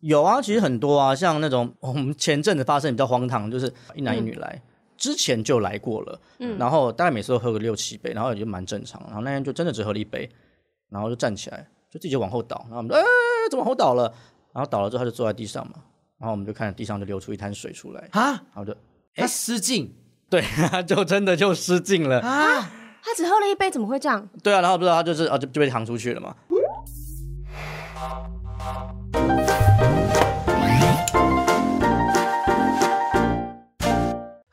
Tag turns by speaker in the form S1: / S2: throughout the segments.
S1: 有啊，其实很多啊，像那种我们前阵子发生比较荒唐，就是一男一女来，之前就来过了，然后大概每次都喝个六七杯，然后也就蛮正常。然后那天就真的只喝了一杯，然后就站起来，就自己就往后倒，然后我们就哎、怎么往后倒了？然后倒了之后他就坐在地上嘛，然后我们就看着地上就流出一滩水出来，
S2: 啊，
S1: 然后就哎
S2: 他失禁
S1: 对， 他就真的就失禁了。
S2: 啊，
S3: 他只喝了一杯，怎么会这样？
S1: 对啊，然后不知道他就是啊就就被扛出去了嘛。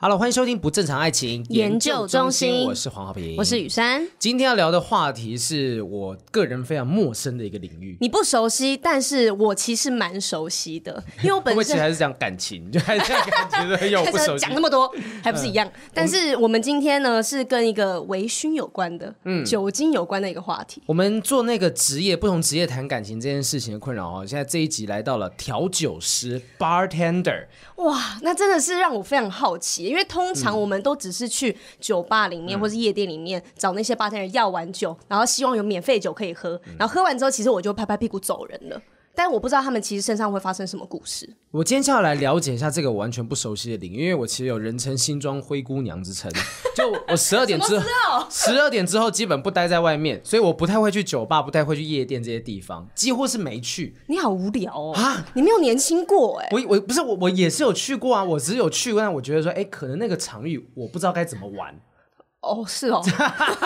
S2: 好了，欢迎收听《不正常爱情
S3: 研究中心
S2: 我是黄浩平，
S3: 我是雨珊，
S2: 今天要聊的话题是我个人非常陌生的一个领域，
S3: 你不熟悉，但是我其实蛮熟悉的，因为我
S2: 会不
S3: 本
S2: 会其实
S3: 身。
S2: 还是讲感情， 就还是讲感情 的，有
S3: 但
S2: 不熟
S3: 是
S2: 悉嗯
S3: 讲那么多，还不是一样？但是我们今天呢，是跟一个微醺有关的、酒精有关的一个话题。
S2: 我们做那个职业，不同职业谈感情这件事情的困扰哦。现在这一集来到了调酒师 （bartender），
S3: 哇，那真的是让我非常好奇，因为通常我们都只是去酒吧里面或是夜店里面找那些吧 a 人要完酒，然后希望有免费酒可以喝，然后喝完之后，其实我就拍拍屁股走人了。但我不知道他们其实身上会发生什么故事。
S2: 我今天下来了解一下这个我完全不熟悉的领域，因为我其实有人称“新庄灰姑娘”之称。就我十二点之后，十二点之后基本不待在外面，所以我不太会去酒吧，不太会去夜店这些地方，几乎是没去。
S3: 你好无聊哦！你没有年轻过哎、
S2: 我我不是我我也是有去过啊，我只是有去过，但我觉得说，哎，可能那个场域我不知道该怎么玩。
S3: 哦，是哦，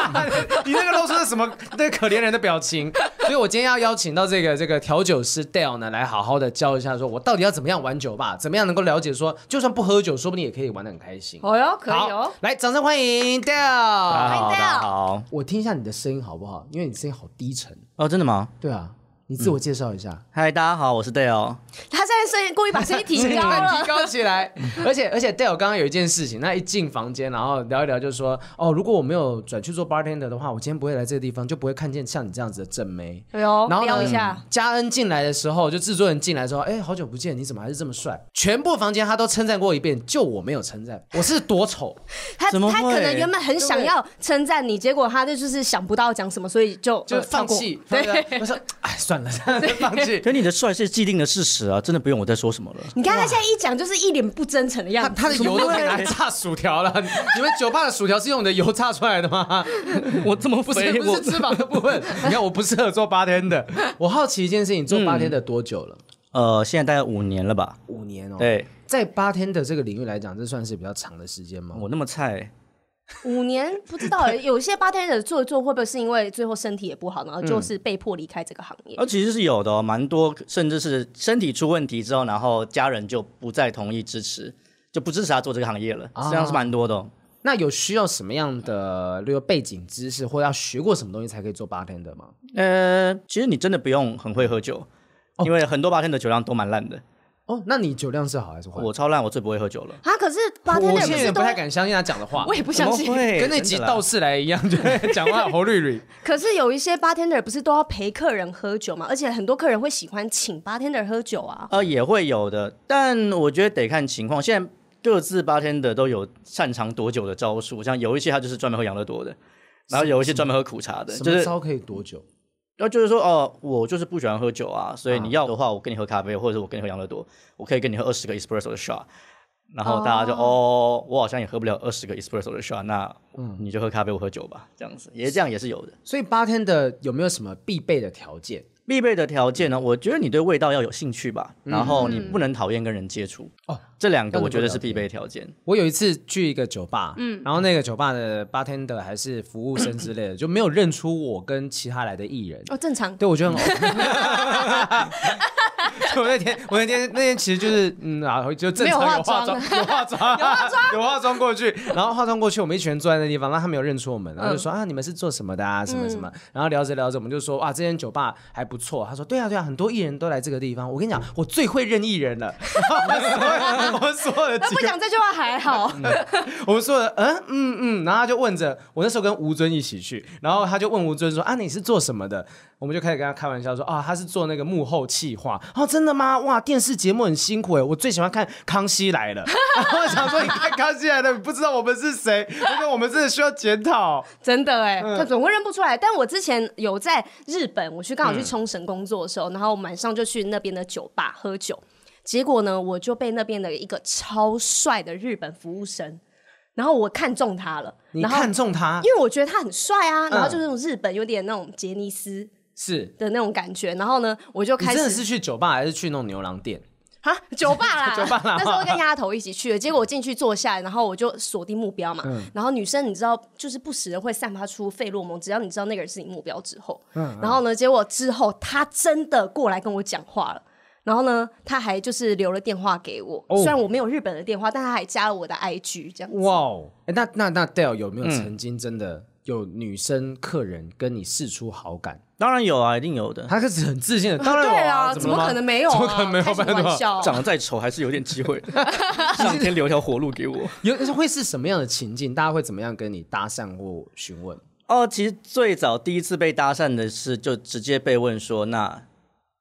S2: 你那个露出了什么那可怜人的表情？所以我今天要邀请到这个这个调酒师 Dale 呢，来好好的教一下，说我到底要怎么样玩酒吧，怎么样能够了解说，就算不喝酒，说不定也可以玩的很开心。
S3: 哦哟，可以
S2: 好
S3: 哦，。
S2: 来，掌声欢迎
S1: 大
S2: Dale。
S1: 家好，大家好。
S2: 我听一下你的声音好不好？因为你声音好低沉。
S1: 哦，真的吗？
S2: 对啊，你自我介绍一下。
S1: 嗨，大家好，我是 Dale。
S3: 他现在声音故意把嗯啊声音提高
S2: 提
S3: 了。
S2: 高起来。而且而且，Dale 刚刚有一件事情，那一进房间，然后聊一聊，就说哦，如果我没有转去做 bartender 的话，我今天不会来这个地方，就不会看见像你这样子的正妹。
S3: 哎呦，
S2: 然后
S3: 撩
S2: 呢
S3: 一下，
S2: 嘉恩进来的时候，就制作人进来说：“哎，好久不见，你怎么还是这么帅？”全部房间他都称赞过一遍，就我没有称赞，我是多丑。
S3: 他
S1: 怎么
S3: 他可
S1: 会
S3: 能原本很想要称赞你，结果他就就是想不到讲什么，所以就
S2: 就
S3: 呃跳
S2: 放
S3: 过
S2: 弃，放
S3: 对，
S2: 弃我说，哎，算了，放弃。
S1: 可你的帅是既定的事实啊，真的不用我再说什么了。
S3: 你看他现在一讲就是一脸不真诚的样
S2: 他
S3: 子，
S2: 他的油都可以拿来炸薯条了。你们酒吧的薯条是用你的油炸出来的吗？
S1: 我这么
S2: 不是，不是脂肪的部分。你看，我不适合做八天的。我好奇一件事情，你做八天
S1: 嗯
S2: 的多久了？
S1: 呃，现在大概五年了吧？
S2: 五年哦。，
S1: 对
S2: 在八天的这个领域来讲，这算是比较长的时间吗？
S1: 我那么菜，
S3: 五年不知道 欸，有些 bartender 做一做会不会是因为最后身体也不好，然后
S2: 嗯
S3: 就是被迫离开这个行业？
S2: 呃
S1: 而其实是有的、哦，蛮多，甚至是身体出问题之后，然后家人就不再同意支持，就不支持他做这个行业了，实际上是蛮多的、哦。
S2: 那有需要什么样的，例如背景知识，或要学过什么东西才可以做八天的吗？
S1: 呃，其实你真的不用很会喝酒，因为很多八天的酒量都蛮烂的，
S2: 哦，那你酒量是好还是坏？
S1: 我超烂，我最不会喝酒了。
S3: 啊，可是
S2: 我
S3: bartender 不
S2: 现在有
S3: 是
S2: 点不
S3: 都
S2: 太敢相信他讲的话
S3: 我，也不相信
S1: 怎么，会
S2: 跟那集
S1: 真的啦
S2: 道士来一样，就是 讲话侯瑞 瑞。
S3: 可是有一些 bartender 不是都要陪客人喝酒嘛，而且很多客人会喜欢请 bartender 喝酒啊。
S1: 呃，也会有的，但我觉得得看情况。现在各自八天的都有擅长躲酒的招数，像有一些他就是专门喝养乐多的，然后有一些专门喝苦茶的，
S2: 什
S1: 就
S2: 么
S1: 是
S2: 招可以多久？
S1: 然后就是说哦，我就是不喜欢喝酒啊，所以你要的话，我跟你喝咖啡，或者是我跟你喝养乐多，我可以跟你喝二十个 espresso 的 shot。然后大家就哦我好像也喝不了二十个 espresso 的 shot，那你就喝咖啡，我喝酒吧，这样子，也这样也是有的。
S2: 所以八天的有没有什么必备的条件？
S1: 必备的条件呢，我觉得你对味道要有兴趣吧，然后你不能讨厌跟人接触，
S2: 嗯哦
S1: 这两个
S2: 要能
S1: 我觉
S2: 够
S1: 得
S2: 聊
S1: 是必
S2: 天
S1: 备条件。
S2: 我有一次去一个酒吧，嗯，然后那个酒吧的 bartender 还是服务生之类的，就没有认出我跟其他来的艺人。
S3: 哦，正常。
S2: 对，我觉得很 所以我那天，我那天，那天其实就是，嗯啊，就正
S3: 没有
S2: 常
S3: 化
S2: 有化 妆，有化妆，有化妆，有化妆过去，然后化妆过去，我们一群人坐在那地方，然后他没有认出我们，然后就说、
S3: 嗯
S2: 啊，你们是做什么的啊，什么什么，然后聊着聊着，我们就说哇，这间酒吧还不错，他说对啊对啊，很多艺人都来这个地方，我跟你讲，我最会认艺人了， 然后我们所有我们所有的
S3: 那
S2: 几
S3: 不
S2: 个
S3: 讲这句话还好，
S2: 我们说的，嗯嗯嗯，然后他就问着我那时候跟吴尊一起去，然后他就问吴尊说啊你是做什么的？我们就开始跟他开玩笑说啊他是做那个幕后企划，哦真真的吗？哇，电视节目很辛苦哎，我最喜欢看《康熙来了》， 然后想说你看《康熙来了》，你不知道我们是谁，因为我们真的需要检讨。
S3: 真的哎、
S2: 嗯
S3: 他总会认不出来。但我之前有在日本，我去刚好去冲绳工作的时候，
S2: 嗯
S3: 然后我晚上就去那边的酒吧喝酒，结果呢，我就被那边的一个超帅的日本服务生，然后我看中他了，
S2: 你
S3: 然后
S2: 看中他
S3: 因为我觉得他很帅啊，然后
S2: 嗯
S3: 就是那种日本有点那种杰尼斯
S2: 是，
S3: 的那种感觉，然后呢，我就
S2: 你
S3: 开
S2: 真的
S3: 始
S2: 是去酒吧还是去那种牛郎店？
S3: 啊，酒吧啦，
S2: 酒吧啦
S3: 那时候跟丫头一起去的，结果我进去坐下来，然后我就锁定目标
S2: 嗯
S3: 嘛。然后女生你知道，就是不时的会散发出费洛蒙，只要你知道那个人是你目标之后，
S2: 嗯
S3: 然后呢，结果之后她真的过来跟我讲话了。然后呢，她还就是留了电话给我，
S2: 哦
S3: 虽然我没有日本的电话，但她还加了我的 IG 这样子。
S2: 哇哦，哎那那那 Dale 有没
S3: 嗯
S2: 有曾经真的有女生客人跟你示出好感？
S1: 当然有啊，一定有 的。
S2: 他可是很自信的，当然有
S3: 对啊，
S2: 啊，
S3: 怎
S2: 了吗
S3: 可能没有啊？
S2: 怎么可能没有？
S3: 开什么玩
S2: 哦
S3: 笑？啊
S1: 长得再丑还是有点机 会，上天留条活路给我。
S2: 有会是什么样的情境？大家会怎么样跟你搭讪或询问？
S1: 哦，其实最早第一次被搭讪的是，就直接被问说：“那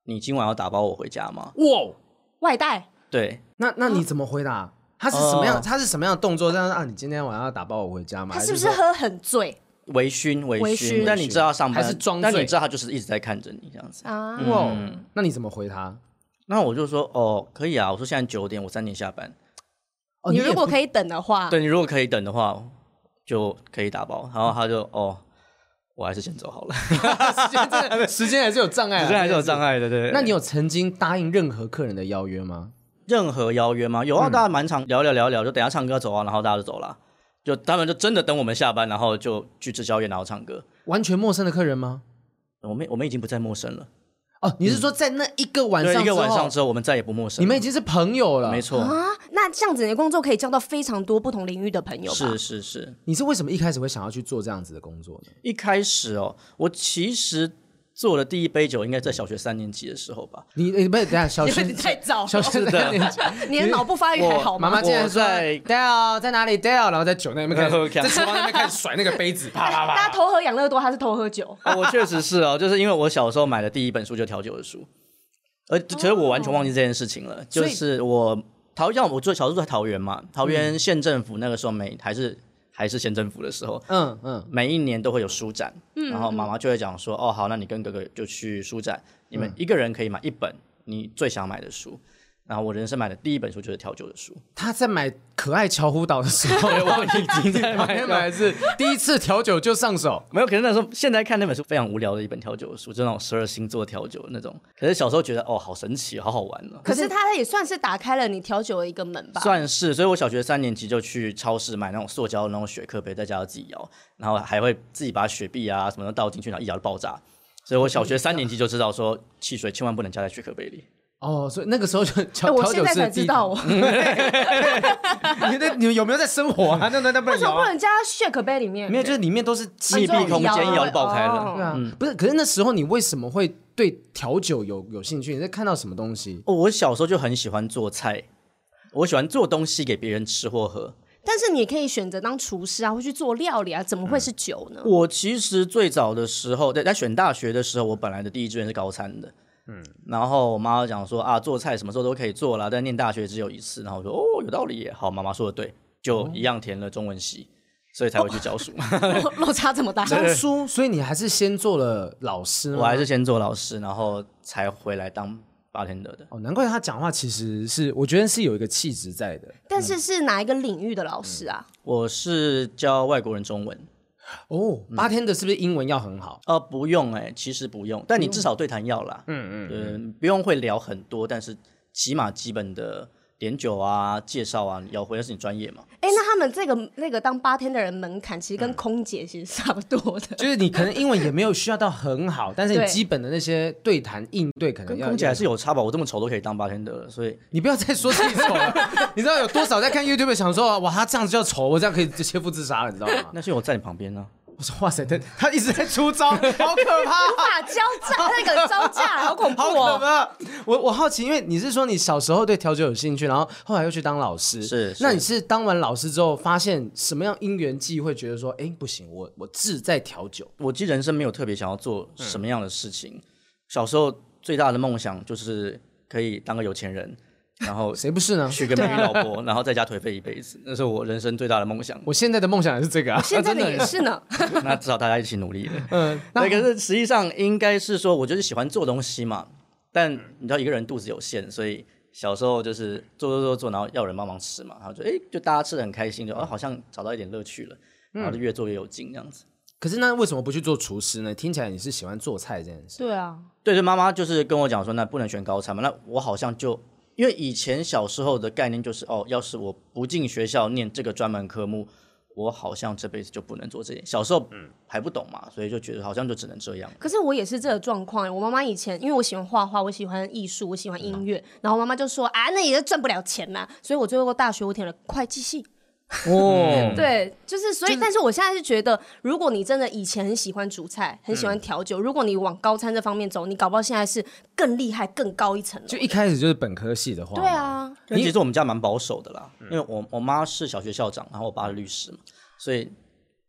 S1: 你今晚要打包我回家吗
S3: 哦
S2: 哇，
S3: 外带？”
S1: 对，
S2: 那那你怎么回
S3: 啊
S2: 答？他是什么样？
S1: 哦
S2: 他是什么样的动作？这样啊？你今天晚上要打包我回家吗？
S3: 她是不
S2: 还
S3: 是
S2: 说
S3: 喝很醉
S1: 微醺，微
S3: 微醺
S1: 醺。但你知道他上班
S2: 还是装醉
S1: 但你知道他就是一直在看着你这样子。
S3: 啊？
S2: 哇？哦那你怎么回他？
S1: 那我就说：“哦，可以啊。”我说：“现在九点，我三点下班。
S2: 哦
S3: 你
S2: 也
S3: 如果
S2: 不
S3: 可以等的话，
S1: 对你如果可以等的话，就可以打包。”
S2: 嗯
S1: 然后他就：“哦，我还是先走好了。
S2: 时间真的时 间还是有障 碍啊，
S1: 时间还是有障碍的，对。”
S2: 那你有曾经答应任何客人的邀约吗？
S1: 任何邀约吗？有啊，大家蛮
S2: 嗯
S1: 常聊聊聊聊，就等一下唱歌走啊，然后大家就走了。就他们就真的等我们下班，然后就去吃宵夜，然后唱歌。
S2: 完全陌生的客人吗？
S1: 我们我们已经不再陌生了，
S2: 哦，你是说在那一个晚
S1: 嗯对，
S2: 上
S1: 一个晚上
S2: 之后，
S1: 之后，我们再也不陌生了。
S2: 你们已经是朋友了？
S1: 没。错，
S3: 啊，那这样子你的工作可以交到非常多不同领域的朋友吧？
S1: 是是是。
S2: 你是为什么一开始会想要去做这样子的工作呢？
S1: 一开始哦，我其实做的第一杯酒应该在小学三年级的时候吧。
S2: 你哎你不是等一 下小
S3: 因为
S2: 学
S3: 你太 早
S2: 小
S3: 了，
S2: 学
S1: 是的
S2: 三年级
S3: 你的脑部发育还好
S2: 妈
S3: 吗？
S2: 妈竟然
S1: 我
S2: 说
S1: 在
S2: Dale 在啊哪里 Dale，然后在酒那边开 始
S1: Okay
S2: 在厨房那边开始甩那个杯子，啪 啪
S3: 大家
S2: 啪。
S3: 偷喝养乐多，他是偷喝酒。
S1: 啊我确实是 哦，就是因为我小时候买的第一本书就调酒的书，而其实我完全忘记这件事情了。
S2: 哦所
S1: 就
S2: 以
S1: 是我桃，像我做小时候住在桃园嘛，桃
S2: 嗯
S1: 园县政府那个时候没还是还是县政府的时候，
S2: 嗯嗯，
S1: 每一年都会有书展，然后妈妈就会讲说，哦，好，那你跟哥哥就去书展，你
S2: 嗯
S1: 们一个人可以买一本你最想买的书。然后我人生买的第一本书就是调酒的书，
S2: 他在买可爱乔胡岛的时 候，
S1: 我已经在
S2: 旁边买的是第一次调酒就上手。
S1: 没有，可是那时候现在看那本书非常无聊的一本调酒的书，就那种十二星座调酒那种。可是小时候觉得哦，好神奇，好好玩哦。
S3: 可是他也算是打开了你调酒的一个门吧？
S1: 算是，所以我小学三年级就去超市买那种塑胶的那种雪克杯，在家自己摇，然后还会自己把雪碧啊什么的倒进去，然后一摇就爆炸。啊所以我小学三年级就知道说，汽水千万不能加在雪克杯里。
S2: 哦，所以那个时候就
S3: 哎
S2: 调
S3: 我
S2: 调
S3: 现
S2: 酒
S3: 在
S2: 是
S3: 才
S2: 第
S3: 知
S2: 一
S3: 道，我 为
S2: 你那你们有没有在生活 啊？那那那不能
S3: 什么
S2: 聊
S3: 不
S2: 啊。
S3: 能加 shake 杯里面？
S2: 没有，就是里面都是气
S1: 密
S3: 你
S1: 闭
S3: 说
S1: 空间
S3: 摇
S1: 一摇就爆开了
S3: 哦
S2: 对啊，不是。可是那时候你为什么会对调酒有有兴趣？你在看到什么东西？
S1: 哦，我小时候就很喜欢做菜，哦我喜欢做东西给别人吃或喝。
S3: 但是你可以选择当厨师啊，或去做料理啊，怎么会是酒呢？
S1: 我其实最早的时候，在在选大学的时候，我本来的第一志愿是高餐的，嗯，然后我妈讲说啊，做菜什么时候都可以做啦，但念大学只有一次，然后我说哦，有道理耶，好，妈妈说的对，就一样填了中文系，所以才会去教书。
S3: 落落差这么大，
S2: 教书，所以你还是先做了老师吗？
S1: 我 还是先做老师，然后才回来当八天的的。
S2: 哦，难怪他讲话其实是，我觉得是有一个气质在的。
S3: 但是是哪一个领域的老师啊？
S1: 我是教外国人中文，
S2: 哦，八天的是不是英文要很好？
S1: 呃，不用哎、其实不用，但你至少对谈要啦，嗯嗯，对，不用会聊很多，但是起码基本的点酒啊、介绍啊，要会，那是你专业嘛。
S3: 哎，那他们这个那个当八天的人门槛，其实
S1: 嗯
S3: 跟空姐其实差不多的。
S2: 就是你可能英文也没有需要到很好，但是你
S3: 对
S2: 基本的那些对谈应对可能
S1: 跟
S2: 要。
S1: 空姐还是有差吧？我这么丑都可以当八天的了，所以
S2: 你不要再说自己丑 了，你知道有多少在看 YouTube 想说哇他这样子叫丑，我这样可以切腹自杀了，你知道吗？
S1: 那是因为我在你旁边呢、
S2: 我 说哇塞，他他一直在出招，好可怕。
S3: 法交战那个招架，好 恐怖
S2: 好可
S3: 哦！
S2: 怕！我我好奇，因为你是说你小时候对调酒有兴趣，然后后来又去当老师，
S1: 是是
S2: 那你是当完老师之后，发现什么样因缘际会，觉得说，哎，不行，我我志在调酒，
S1: 我其实
S2: 嗯
S1: 人生没有特别想要做什么样的事情。小时候最大的梦想就是可以当个有钱人，然后
S2: 谁不是呢？
S1: 娶个美女老
S2: 啊
S1: 婆，然后在家颓废一辈子，那是我人生最大的梦想。
S2: 我现在的梦想也是这个啊，
S3: 现在的也是呢，
S1: 那至少大家一起努力了。
S2: 嗯，
S1: 那可是实际上应该是说，我就是喜欢做东西嘛。但你知道一个人肚子有限，所以小时候就是做做做做，然后要有人帮忙吃嘛，然后就哎、诶就大家吃的很开心，就哦好像找到一点乐趣了，然后就越做越有劲这样子。
S2: 可是那为什么不去做厨师呢？听起来你是喜欢做菜这件事。
S3: 对啊，
S1: 对，就妈妈就是跟我讲说，那不能选高材嘛。那我好像就因为以前小时候的概念就是，哦，要是我不进学校念这个专门科目，我好像这辈子就不能做这件。小时候还不懂嘛，所以就觉得好像就只能这样。
S3: 可是我也是这个状况。我妈妈以前因为我喜欢画画，我喜欢艺术，我喜欢音乐，然后妈妈就说啊，那也是赚不了钱呐、所以我最后大学我填了会计系。
S2: 哦，
S3: 对，啊就是所以，但是我现在是觉得，如果你真的以前很喜欢煮菜，很喜欢调酒，如果你往高餐这方面走，你搞不好现在是更厉害、更高一层了。
S2: 就一开始就是本科系的话，
S3: 对，啊，
S1: 但其实我们家蛮保守的啦，
S2: 嗯
S1: 因为我我妈是小学校长，然后我爸是律师嘛，所以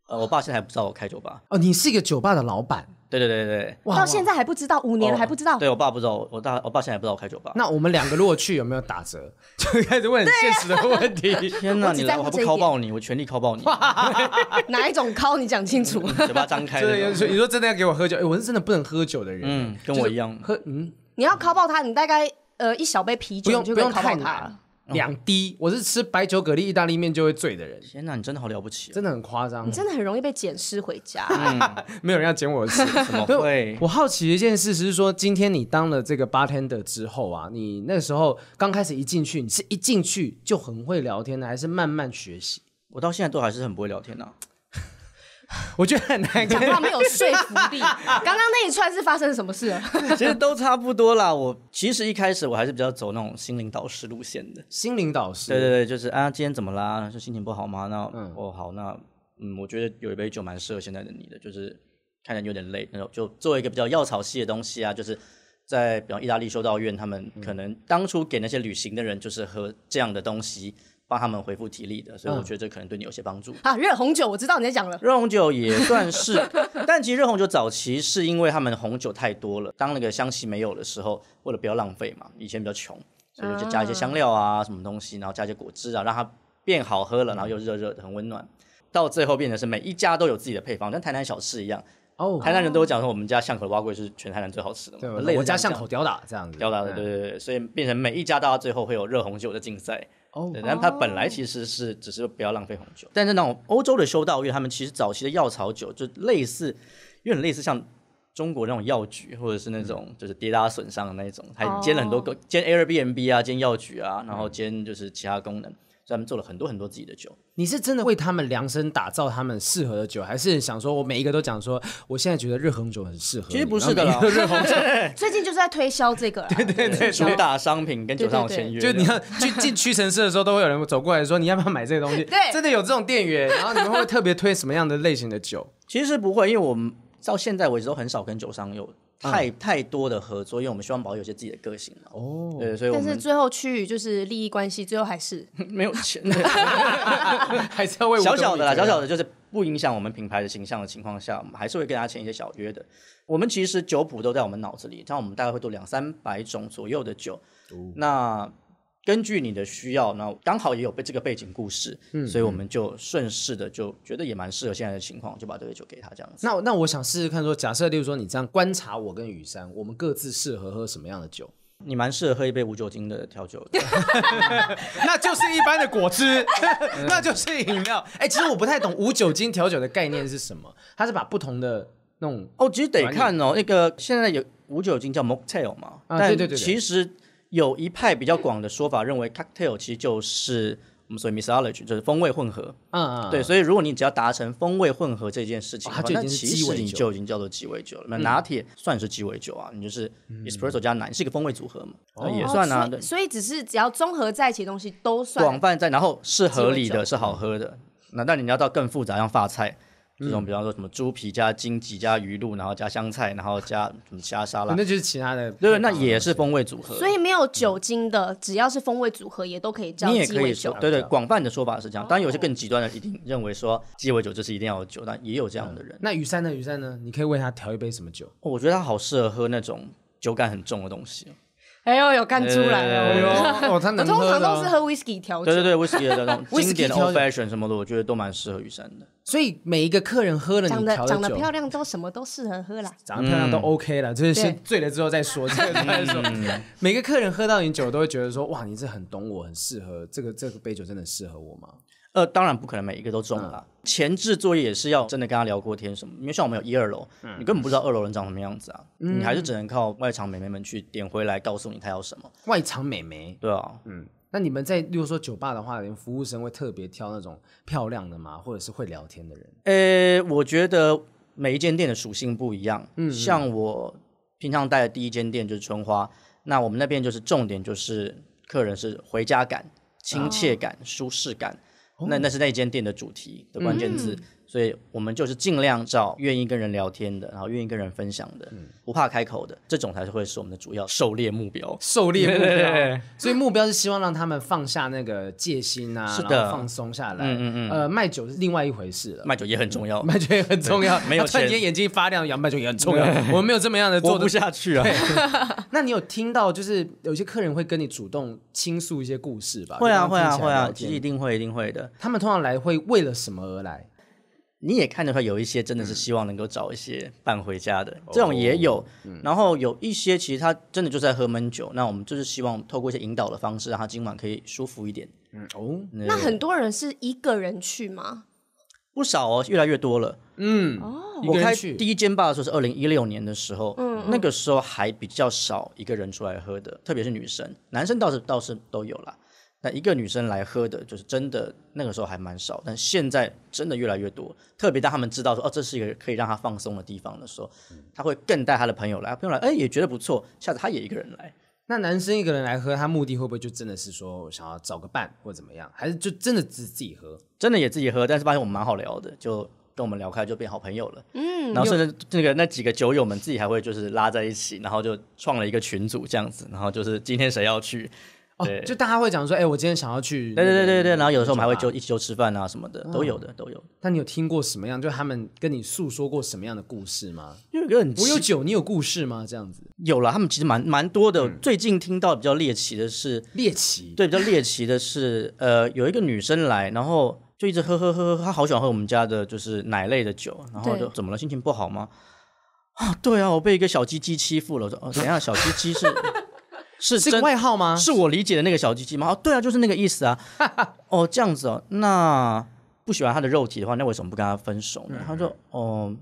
S1: 呃，我爸现在还不知道我开酒吧。
S2: 哦，你是一个酒吧的老板，
S1: 对对对对对，
S2: 哇
S3: 到现在还不知道，五年了
S1: 哦
S3: 还不知道。
S1: 对我爸不知道，我大我爸现在还不知道我开酒吧。
S2: 那我们两个如果去有没有打折？ 就开始问很现实的问题。
S1: 天哪，
S3: 我只
S1: 你来
S3: 在乎
S1: 我还不
S3: 这一
S1: 敲
S3: 点
S1: 爆你，我全力敲爆 你，
S3: 哪一种高？你讲清楚。
S1: 嘴巴张开
S3: 啊
S2: 对，有
S1: 那
S2: 人说
S1: 种。
S2: 你说真的要给我喝酒，哎，我是真的不能喝酒的人，
S1: 嗯，跟
S2: 就是
S1: 我一样。
S2: 喝嗯
S3: 你要烤爆它，你大概呃一小杯啤
S2: 不
S3: 酒
S2: 用
S3: 你就可
S2: 不
S3: 以
S2: 用
S3: 烤
S2: 太
S3: 爆它
S2: 难
S3: 了。，
S2: 嗯两滴，我是吃白酒蛤蜊意大利面就会醉的人，
S1: 天哪，你真的好了不起、哦。
S2: 真的很夸张
S3: 你，真的很容易被捡尸回家。嗯
S2: 没有人要捡我的 屎。
S1: 怎么会？
S2: 我好奇的一件事是说，今天你当了这个 bartender 之后啊，你那时候刚开始一进去，你是一进去就很会聊天的，还是慢慢学习？
S1: 我到现在都还是很不会聊天啊呐、
S2: 我觉得很难
S3: 讲
S2: 跟
S3: 话没有说服力。刚刚那一串是发生什么事 了？
S1: 其实都差不多啦。我其实一开始我还是比较走那种心灵导师路线的。
S2: 心灵导师。
S1: 对对对，就是啊，今天怎么啦？是心情不好吗？那、哦好，那嗯，我觉得有一杯酒蛮适合现在的你的，就是看着有点累，那种就做一个比较药草系的东西啊，就是在比方意大利修道院，他们可能当初给那些旅行的人就是喝这样的东西，帮他们恢复体力的，所以我觉得这可能对你有些帮助。
S3: 啊，热红酒，我知道你在讲了。
S1: 热红酒也算是，但其实热红酒早期是因为他们红酒太多了，当那个香气没有的时候，为了不要浪费嘛，以前比较穷，所以就加一些香料啊，什么东西，然后加一些果汁啊，让它变好喝了，然后又热热的，很温暖。到最后变成是每一家都有自己的配方，跟台南小吃一样，
S2: 哦，
S1: 台南人都讲说我们家巷口的蛙桂是全台南最好吃的
S2: 对
S1: 嘛，类似
S2: 我家
S1: 这
S2: 巷
S1: 样
S2: 口吊打这样子，
S1: 表达的，对
S2: 嗯
S1: 对对对，所以变成每一家到最后会有热红酒的竞赛。
S2: 哦
S1: 对，但它本来其实是只是不要浪费红酒，但是那种欧洲的修道院，他们其实早期的药草酒就类似，有点类似像中国那种药局，或者是那种就是跌打损伤的那一种，还兼了很多个，兼 Airbnb 啊，兼药局啊，然后兼就是其他功能，所以他们做了很多很多自己的酒。
S2: 你是真的为他们量身打造他们适合的酒，还是想说我每一个都讲说，我现在觉得热红酒很适合你？
S1: 其实不是的
S2: 然
S1: 啦
S2: 后每一个热红酒，
S3: 最近就是在推销这个啦。对对对
S1: 主打商品跟酒商有签约，
S2: 就你要去进屈臣氏的时候，都会有人走过来说你要不要买这个东西？
S3: 对
S2: 真的有这种店员，然后你们会不会特别推什么样的类型的酒？
S1: 其实不会，因为我们到现在为止都很少跟酒商有太、太多的合作，因为我们希望保有一些自己的个性嘛。哦，对，所以我
S3: 但是
S1: 们 嗯
S3: 最后去就是利益关系，最后还是
S1: 没有钱，
S2: 还是要为
S1: 小小的啦，小小
S2: 的。
S1: 的，就是不影响我们品牌的形象的情况下，我们还是会跟他签一些小约的。我们其实酒谱都在我们脑子里，像我们大概会做两三百种左右的酒。那根据你的需要，那刚好也有被这个背景故事，所以我们就顺势的就觉得也蛮适合现在的情况，就把这个酒给他这样子。
S2: 那那我想试试看说假设例如说你这样观察我跟雨珊，我们各自适合喝什么样的酒？
S1: 你蛮适合喝一杯无酒精的调酒的。
S2: 那就是一般的果汁，
S3: 嗯
S2: 那就是饮料。哎、其实我不太懂无酒精调酒的概念是什么，它是把不同的那种
S1: 哦，其实得看哦，那个现在有无酒精叫 mocktail 嘛，
S2: 啊
S1: 但
S2: 对对对对
S1: 其实有一派比较广的说法认为 cocktail 其实就是我们所谓 mixology，就是风味混合。
S2: 嗯嗯
S1: 对，所以如果你只要达成风味混合这件事情的话，
S2: 哦它就已
S1: 那
S2: 经是
S1: 其
S2: 鸡尾
S1: 实你
S2: 酒嗯
S1: 就已经叫做鸡尾酒了。那拿铁算是鸡尾酒啊，你就是 espresso 加奶是一个风味组合嘛，那也算啊。
S3: 哦所
S1: 对
S3: 以所以只是只要综合在一起的东西都
S1: 广
S3: 算。
S1: 泛在，然后是合理
S3: 鸡尾
S1: 的，是好喝的。那但你要到更复杂，像发菜这
S2: 嗯
S1: 种，比方说什么猪皮加荆棘加鱼露，然后加香菜，然后加什么其他沙拉
S3: 嗯
S2: 反，正就是其他的。
S1: 对，那也是风味组合。
S3: 所以没有酒精的，只要是风味组合，也都可以叫
S1: 你也
S3: 鸡
S1: 可以
S3: 尾
S1: 说
S3: 酒，。啊哦
S1: 对对，广泛的说法是这样。当然，有些更极端的一定认为说鸡尾酒就是一定要有酒，但也有这样的人。
S2: 那雨珊呢？雨珊呢？你可以为他调一杯什么酒？
S1: 我觉得他好适合喝那种酒感很重的东西哦，
S3: 哎呦，有看出来
S2: 哎呦，
S1: 哎
S3: 了。
S2: 哦，他
S3: 我
S2: 能
S3: 通
S2: 喝
S3: 常
S2: 的
S3: 都是喝
S2: 啊。
S3: whisky 调酒，
S1: 对对对，whisky 的 那种
S2: Whisky
S1: 经典的
S2: 调
S1: old fashion 什么的，我觉得都蛮适合雨山的。
S2: 所以每一个客人喝了
S3: 长
S2: 你
S3: 得
S2: 调
S3: 长
S2: 的
S3: 得
S2: 酒，
S3: 漂亮都什么都适合喝啦。
S2: 长得漂亮都 OK 了，就
S3: 对
S2: 是先醉了之后再说，醉了之后再说。每个客人喝到你酒都会觉得说，哇，你这很懂我，很适合这个这个杯酒真的适合我吗？
S1: 呃，当然不可能每一个都中啦。前置作业也是要真的跟他聊过天什么，因为像我们有一二楼，你根本不知道二楼人长什么样子啊，
S3: 嗯
S1: 你还是只能靠外场美眉们去点回来告诉你他要什么，
S2: 外场美眉，
S1: 对啊。
S2: 嗯，那你们在例如说酒吧的话，连服务生会特别挑那种漂亮的吗？或者是会聊天的人？
S1: 呃，我觉得每一间店的属性不一样。嗯，像我平常带的第一间店就是春花，那我们那边就是重点就是客人是回家感、亲切感、舒适感。那那是那间店的主题的关键字，所以我们就是尽量找愿意跟人聊天的，然后愿意跟人分享的，不怕开口的，这种才是会是我们的主要狩猎目标。
S2: 狩猎目标，
S1: 对对对
S2: 所以目标是希望让他们放下那个戒心啊，
S1: 是的
S2: 然后放松下来。嗯嗯呃，卖酒是另外一回事 了。
S1: 卖酒也很重要，
S2: 卖酒也很重 要，
S1: 没有
S2: 啊突然间
S1: 钱
S2: 眼睛发亮，杨卖酒也很 重要。我们没有这么样的做
S1: 活
S2: 的
S1: 不下去 啊。
S2: 那你有听到就是有些客人会跟你主动倾诉一些故事吧？
S1: 会啊
S2: 就跟
S1: 会
S2: 他
S1: 啊
S2: 听起来
S1: 会啊，
S2: 聊
S1: 其
S2: 天
S1: 实一定会一定会的。
S2: 他们通常来会为了什么而来？
S1: 你也看得出来，有一些真的是希望能够找一些伴回家的，这种也有。然后有一些其实他真的就是在喝闷酒，那我们就是希望透过一些引导的方式，让他今晚可以舒服一点。
S2: 嗯哦，
S3: 那很多人是一个人去吗？
S1: 不少哦，越来越多了。
S2: 嗯一
S1: 我
S2: 个
S1: 开
S2: 人去
S1: 第一间吧的时候是二零一六年的时候，那个时候还比较少一个人出来喝的，特别是女生，男生倒是倒是都有啦。那一个女生来喝的，就是真的那个时候还蛮少，但现在真的越来越多。特别当他们知道说哦，这是一个可以让他放松的地方的时候，
S2: 嗯
S1: 他会更带他的朋友来，朋友来，哎，也觉得不错，下次他也一个人来。
S2: 那男生一个人来喝，他目的会不会就真的是说想要找个伴或怎么样？还是就真的只自己喝？
S1: 真的也自己喝，但是发现我们蛮好聊的，就跟我们聊开就变好朋友了。嗯，然后甚至那个那几个酒友们自己还会就是拉在一起，然后就创了一个群组这样子，然后就是今天谁要去，
S2: 哦，就大家会讲说，哎、我今天想要去。
S1: 对对对对对，然后有的时候我们还会
S2: 酒
S1: 就一起就吃饭啊什么的，都有的都有。
S2: 那你有听过什么样？就他们跟你诉说过什么样的故事吗？
S1: 因为有一个很
S2: 我
S1: 奇
S2: 有酒，你有故事吗？这样子
S1: 有了，他们其实蛮蛮多的。最近听到比较猎奇的是，
S2: 猎奇，
S1: 对，比较猎奇的是，呃，有一个女生来，然后就一直喝喝喝喝，她好喜欢喝我们家的就是奶类的酒，然后就
S3: 对
S1: 怎么了？心情不好吗？啊，对啊，我被一个小鸡鸡欺负了。我说，哦，等一下，小鸡 鸡是是
S2: 是个
S1: 真
S2: 外号吗？
S1: 是我理解的那个小鸡鸡吗？哦，对啊，就是那个意 思啊。哦，这样子哦，那不喜欢他的肉体的话，那为什么不跟他分手
S3: 嗯
S1: 呢？他说，哦。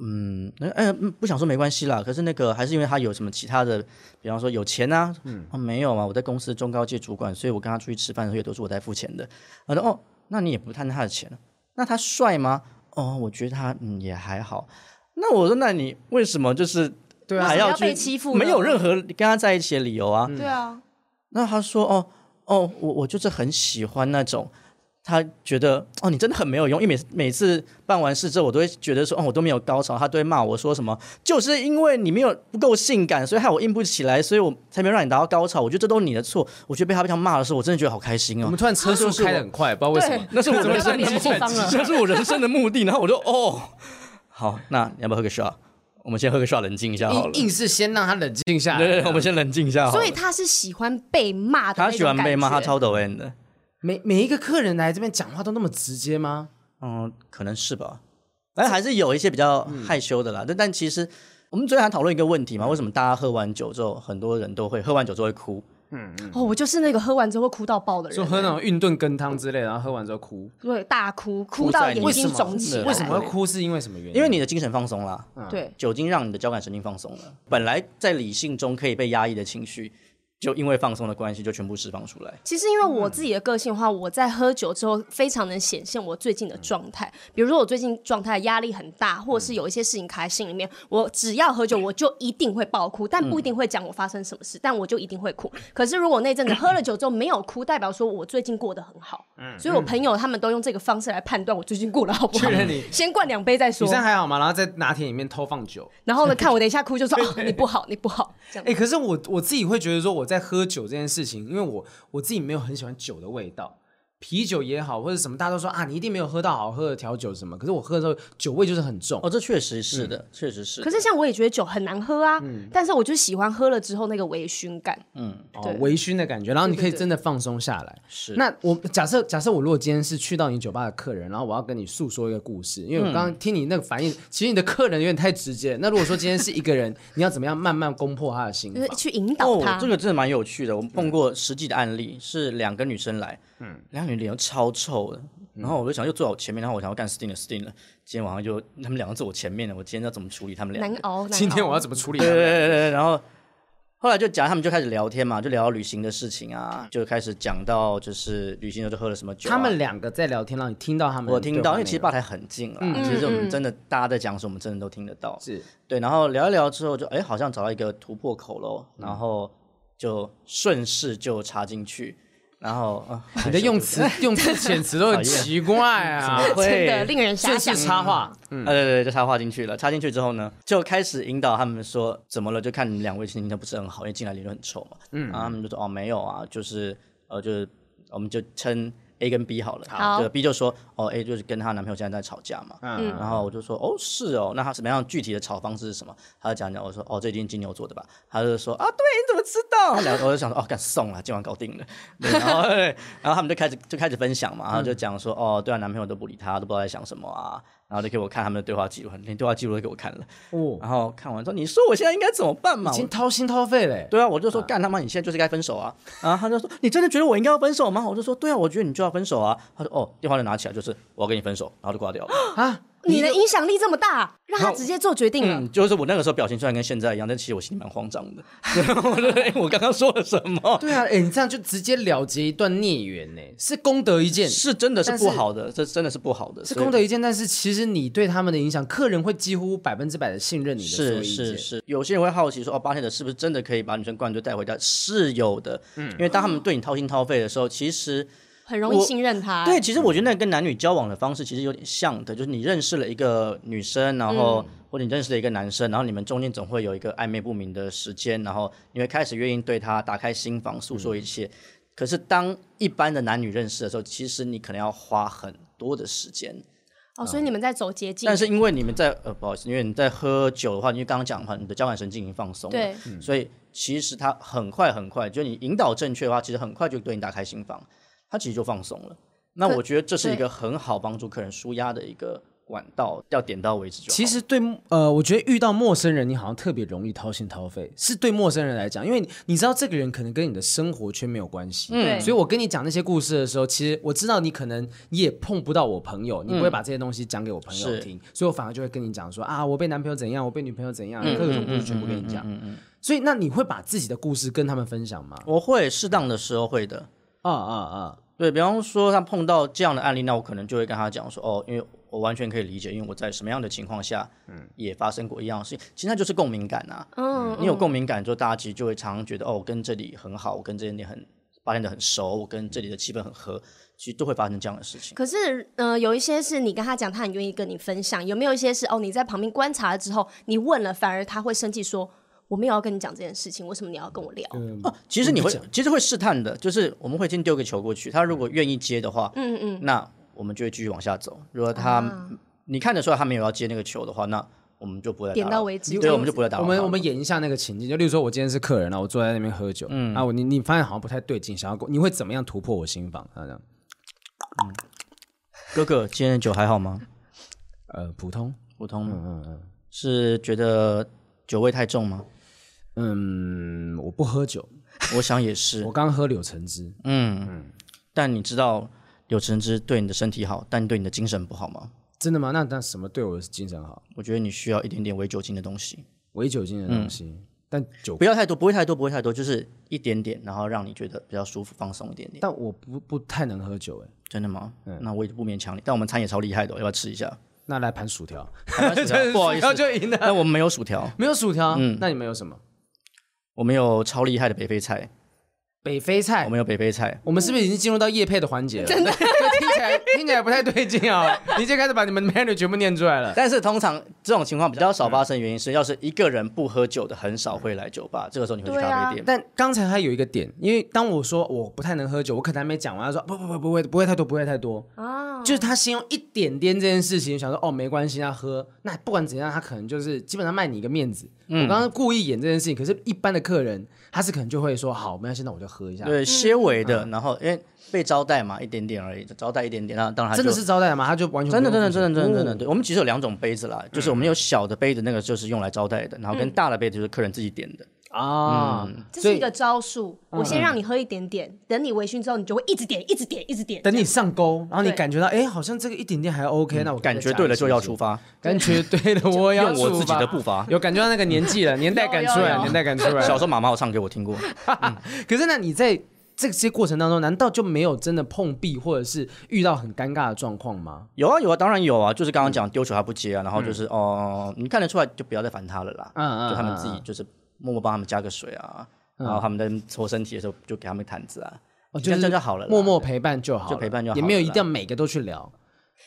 S1: 嗯，那哎、嗯不想说没关系啦。可是那个还是因为他有什么其他的，比方说有钱啊，嗯，哦，没有啊，我在公司中高阶主管，所以我跟他出去吃饭的时候也都是我在付钱的。他说，哦，那你也不贪他的钱，啊那他帅吗？哦，我觉得他嗯也还好。那我说，那你为什么就是
S2: 对
S3: 为什
S2: 啊
S1: 还
S3: 么
S1: 要
S3: 要
S1: 去
S3: 被欺负呢
S1: 没有任何跟他在一起的理由啊。
S2: 嗯
S3: 对啊，
S1: 那他说哦哦，我我就是很喜欢那种，他觉得哦你真的很没有用，因为每次每次办完事之后，我都会觉得说哦我都没有高潮，他都会骂我说什么，就是因为你没有不够性感，所以害我硬不起来，所以我才没有让你达到高潮。我觉得这都是你的错。我觉得被他这样骂的时候，我真的觉得好开心
S2: 我
S1: 哦
S2: 们。突然车速开的很快，不知道为什么
S3: 对。
S1: 那是我 人
S3: 到
S1: 生
S3: 你
S1: 的
S3: 的地方了
S1: 目，那是我人生的目的。然后我就哦，好，那你要不要喝个 shot？我们先喝个 shot，冷静一下好了
S2: 硬。硬是先让他冷静下来。
S1: 对对，对我们先冷静一下好了。
S3: 所以他是喜欢被骂的
S1: 他
S3: 那
S1: 喜
S3: 种感觉，
S1: 欢被骂，他超抖 M 的。
S2: 每每一个客人来这边讲话都那么直接吗？
S1: 嗯，可能是吧。反正还是有一些比较害羞的啦。但、但其实我们昨天还讨论一个问题嘛，为什么大家喝完酒之后，很多人都会喝完酒之后会哭？
S3: 哦，我就是那个喝完之后会哭到爆的
S2: 嗯就
S3: 人，
S2: 喝那种运炖羹汤之类，然后喝完之后哭，
S3: 对，大哭，哭到
S1: 在你
S3: 眼
S2: 为什
S3: 睛
S2: 么
S3: 肿起来。
S2: 为什么要？哭？是因为什么原因？
S1: 因为你的精神放松啦，
S3: 对，
S1: 酒精让你的交感神经放松了，本来在理性中可以被压抑的情绪，就因为放松的关系，就全部释放出来。
S3: 其实因为
S2: 嗯
S3: 我自己的个性的话，我在喝酒之后非常能显现我最
S2: 嗯
S3: 近的状态。比如说我最近状态压力很大，或者是有一些事情卡在心里面，我只要喝酒我就一定会爆哭，但
S2: 嗯
S3: 不一定会讲我发生什么事，但我就一定会哭。可是如果那阵子喝了酒之后没有哭，代表说我最近过得很好。所以我朋友他们都用这个方式来判断我最近过得好不好
S2: 嗯确认你。
S3: 先灌两杯再说
S2: 女，生还好吗？然后在拿铁里面偷放酒。
S3: 然后呢，看我等一下哭就说 哦你不好，你不好这样。
S2: 哎、可是我我自己会觉得说我在喝酒这件事情，因为我我自己没有很喜欢酒的味道。啤酒也好，或者什么，大家都说啊，你一定没有喝到好喝的调酒什么。可是我喝的时候，酒味就是很重。
S1: 哦，这确实是的，确实是。
S3: 可是像我也觉得酒很难喝啊，
S2: 嗯
S3: 但是我就喜欢喝了之后那个微醺感。
S2: 哦
S3: 对，
S2: 微醺的感觉，然后你可以
S3: 对对
S2: 真的放松下来。
S1: 是
S2: 那我假设假设我如果今天是去到你酒吧的客人，然后我要跟你诉说一个故事，因为我刚刚听你那个反应，其实你的客人有点太直接了。那如果说今天是一个人，你要怎么样慢慢攻破他的心
S3: 就
S2: 房
S3: 是？去引导
S1: 哦
S3: 他，，
S1: 这个真的蛮有趣的。我们碰过实际的案例，是两个女生来，嗯，两个女脸都超臭的。
S2: 嗯
S1: 然后我就想，又坐在我前面，然后我想要干 Sting 了，Sting 了。今天晚上就他们两个坐我前面了，我今天要怎么处理他们两
S3: 难
S1: 个？
S3: 熬。难
S2: 今天
S3: 熬
S2: 我要怎么处理？
S1: 对对对对，然后后来就讲，他们就开始聊天嘛，就聊到旅行的事情啊，就开始讲到就是旅行的时候喝了什么酒啊、
S2: 他们两个在聊天，让你听到他们。
S1: 我听到，因为其实吧台很近啦，
S2: 嗯
S1: 其实我们真的大家在讲什么，我们真的都听得到。
S2: 是
S1: 对，然后聊一聊之后就，哎，好像找到一个突破口喽，然后就顺势就插进去，然后啊，
S2: 你的用词用词遣词 都很奇怪 啊，
S3: 真的令人
S2: 这
S3: 遐
S2: 是
S3: 想。
S2: 插话。
S1: 啊，对对对，就插话进去了。插进去之后呢，就开始引导他们说怎么了，就看你们两位心情都不是很好，因为进来理论很臭嘛。嗯，然后他们就说哦没有啊，就是呃就是我们就称 A 跟 B 好了。
S3: 好
S1: 就 B 就说哦 A 就是跟她男朋友现在在吵架嘛。嗯，然后我就说哦是哦，那他什么样具体的吵方式是什么？他就讲讲，我说哦这一定金牛座的吧？他就说啊对，你怎么知道？两个我就想说哦干送了，今晚搞定了。对然后 对然后他们就开始就开始分享
S2: 嗯
S1: 嘛，然后就讲说、哦对啊，男朋友都不理她，都不知道在想什么啊。然后就给我看他们的对话记录，连对话记录都给我看了。
S2: 哦，
S1: 然后看完之后，你说我现在应该怎么办嘛
S2: 已？
S1: 我
S2: 经掏心掏肺欸嘞。
S1: 对啊，我就说干他妈，你现在就是该分手啊！然后他就说，你真的觉得我应该要分手吗？我就说，对啊，我觉得你就要分手啊。他说，哦，电话就拿起来，就是我要跟你分手，然后就挂掉 了。
S2: 啊，
S3: 你的影响力这么大，让他
S1: 然后
S3: 直接做决定了。
S1: 嗯，就是我那个时候表情虽然跟现在一样，但其实我心里蛮慌张的。 对我就说，哎，我刚刚说了什么？
S2: 对啊，哎，你这样就直接了结一段孽缘呢，是功德一件，
S1: 是真的是
S2: 但是
S1: 不好的，这真的是不好的，
S2: 是
S1: 所以
S2: 功德一件，但是其实你对他们的影响，客人会几乎百分之百的信任你的所
S1: 是
S2: 有意
S1: 是
S2: 见。
S1: 是，有些人会好奇说，哦，八天的是不是真的可以把女生灌醉带回家？是有的，
S2: 嗯
S1: 因为当他们对你掏心掏肺的时候，其实
S3: 很容易
S1: 我
S3: 信任他。
S1: 对，，其实
S2: 嗯
S1: 我觉得那跟男女交往的方式其实有点像的，就是你认识了一个女生，然后、或者你认识了一个男生，然后你们中间总会有一个暧昧不明的时间，然后你会开始愿意对他打开心房，诉
S2: 嗯
S1: 说一切。可是当一般的男女认识的时候，其实你可能要花很多的时间。
S3: 哦，所以你们在走捷径
S1: 但。是因为你们在呃，不好意思，因为你在喝酒的话，因为刚刚讲的话，你的交感神经已经放松了，
S3: 对，
S1: 所以其实它很快很快，就你引导正确的话，其实很快就对你打开心房，它其实就放松了。那
S3: 可
S1: 我觉得这是一
S3: 对
S1: 个很好帮助客人舒压的一个管道，要点到为止就好。
S2: 其实对呃，我觉得遇到陌生人，你好像特别容易掏心掏肺，是对陌生人来讲，因为你你知道这个人可能跟你的生活圈没有关系，
S1: 嗯
S3: 对
S2: 嗯所以我跟你讲那些故事的时候，其实我知道你可能你也碰不到我朋友，你不会把这些东西讲给我朋友
S1: 嗯是
S2: 听，所以我反而就会跟你讲说啊，我被男朋友怎样，我被女朋友怎样，
S1: 嗯
S2: 各种故事全部跟你讲，所以那你会把自己的故事跟他们分享吗？
S1: 我会适当的时候会的，
S2: 啊啊啊！
S1: 对比方说他碰到这样的案例，那我可能就会跟他讲说，哦，因为我完全可以理解，因为我在什么样的情况下，嗯，也发生过一样的事情，其实那就是共鸣感啊。
S3: 嗯，
S1: 你有共鸣感之后，大家其实就会常常觉得，哦，我跟这里很好，我跟这里很发展的很熟，我跟这里的气氛很合，其实都会发生这样的事情。
S3: 可是，呃，有一些是你跟他讲，他很愿意跟你分享；有没有一些是哦，你在旁边观察了之后，你问了，反而他会生气说：“我没有要跟你讲这件事情，为什么你要跟我聊？”
S1: 哦，其实你会，其实会试探的，就是我们会先丢个球过去，他如果愿意接的话，嗯嗯，那我们就会继续往下走。如果他、
S3: 啊
S1: 你看得出来他没有要接那个球的话，那我们就不会再打
S3: 点到
S1: 扰
S3: 为止这
S1: 对，
S3: 样
S1: 我们就不会打
S2: 我
S1: 扰
S2: 们
S1: 他
S2: 我们
S1: 了
S2: 演一下那个情境，就例如说，我今天是客人啊，我坐在那边喝酒，啊，我你你发现好像不太对劲，想要跟你会怎么样突破我心房？他讲，
S1: 哥哥今天的酒还好吗？
S2: 呃，普通，
S1: 普通吗？嗯嗯是觉得酒味太重吗？
S2: 嗯，我不喝酒，
S1: 我想也是
S2: 我。刚喝柳橙汁，
S1: 嗯但你知道柳橙汁对你的身体好，但对你的精神不好吗？
S2: 真的吗？那那什么对我的精神好？
S1: 我觉得你需要一点点微酒精的东西，
S2: 伪酒精的东西，但酒
S1: 不，要太多，不会太多，不会太多，就是一点点，然后让你觉得比较舒服、放松一点点。
S2: 但我不不太能喝酒，哎，
S1: 真的吗？那我也不勉强你。但我们餐也超厉害的哦，要不要吃一下？
S2: 那来盘薯条，
S1: 台湾薯条不好意
S2: 薯条
S1: 思，
S2: 就赢了，
S1: 但我们没有薯条，
S2: 没有薯条，那你们有什么？
S1: 我们有超厉害的北非菜，
S2: 北非菜
S1: 我，们有北非菜。
S2: 我们是不是已经进入到夜配的环节了？真的，听起来听起来不太对劲 啊！你就开始把你们 menu 全部念出来了。
S1: 但是通常这种情况比较少发生，原因是要是一个人不喝酒的，很少会来酒吧，这个时候你会去
S3: 对
S1: 咖
S3: 啊
S1: 啡店。
S2: 但刚才还有一个点，因为当我说我不太能喝酒，我可能还没讲完，他说不不不不会不会太多不会太多，
S1: 哦
S3: 啊，
S2: 就是他先用一点点这件事情，想说哦没关系，他喝，那不管怎样，他可能就是基本上卖你一个面子。
S1: 嗯
S2: 我刚刚故意演这件事情，可是一般的客人他是可能就会说好，没关系，那我就喝一下。，嗯
S1: 对，些微的，然后因为被招待嘛，一点点而已，招待一点点，那当然他
S2: 真的
S1: 就是
S2: 招待嘛，他就完全
S1: 真的
S2: 不
S1: 真的
S2: 用付
S1: 真
S2: 钱
S1: 的真的真的，对我们其实有两种杯子啦，就是我
S2: 嗯
S1: 们有小的杯子，那个就是用来招待的，然后跟大的杯子就是客人自己点的。
S2: 啊，
S3: 这
S2: 所
S3: 是
S2: 以
S3: 一个招数。我先让你喝一点点，等你微醺之后，你就会一直点，一直点，一直点。
S2: 等你上钩，然后你
S3: 对
S2: 感觉到哎，好像这个一点点还 OK，那我
S1: 嗯感觉对了就要出
S2: 发，
S1: 发，
S2: 感觉对了我要
S1: 用我自己的
S2: 出
S1: 步 伐。
S2: 有感觉到那个年纪 了，年代感出
S3: 有
S2: 来，
S3: 有
S2: 年代感出来。
S1: 小时候妈妈有唱给我 听过，
S2: 可是那你在这些过程当中，难道就没有真的碰壁，或者是遇到很尴尬的状况吗？
S1: 有啊有啊，当然有啊，就是刚刚
S2: 嗯
S1: 讲丢球他不接啊，然后就是哦，你看得出来就不要再烦他了啦，
S2: 嗯嗯
S1: 就他们
S2: 嗯
S1: 自己
S2: 嗯
S1: 就是默默帮他们加个水啊，然后他们在搓身体的时候就给他们毯子啊，
S2: 哦，
S1: 这
S2: 就
S1: 样
S2: 是
S1: 这样就好了啦，
S2: 默默陪伴就好了，
S1: 就陪伴就好了
S2: 也没有一定要每个都去聊。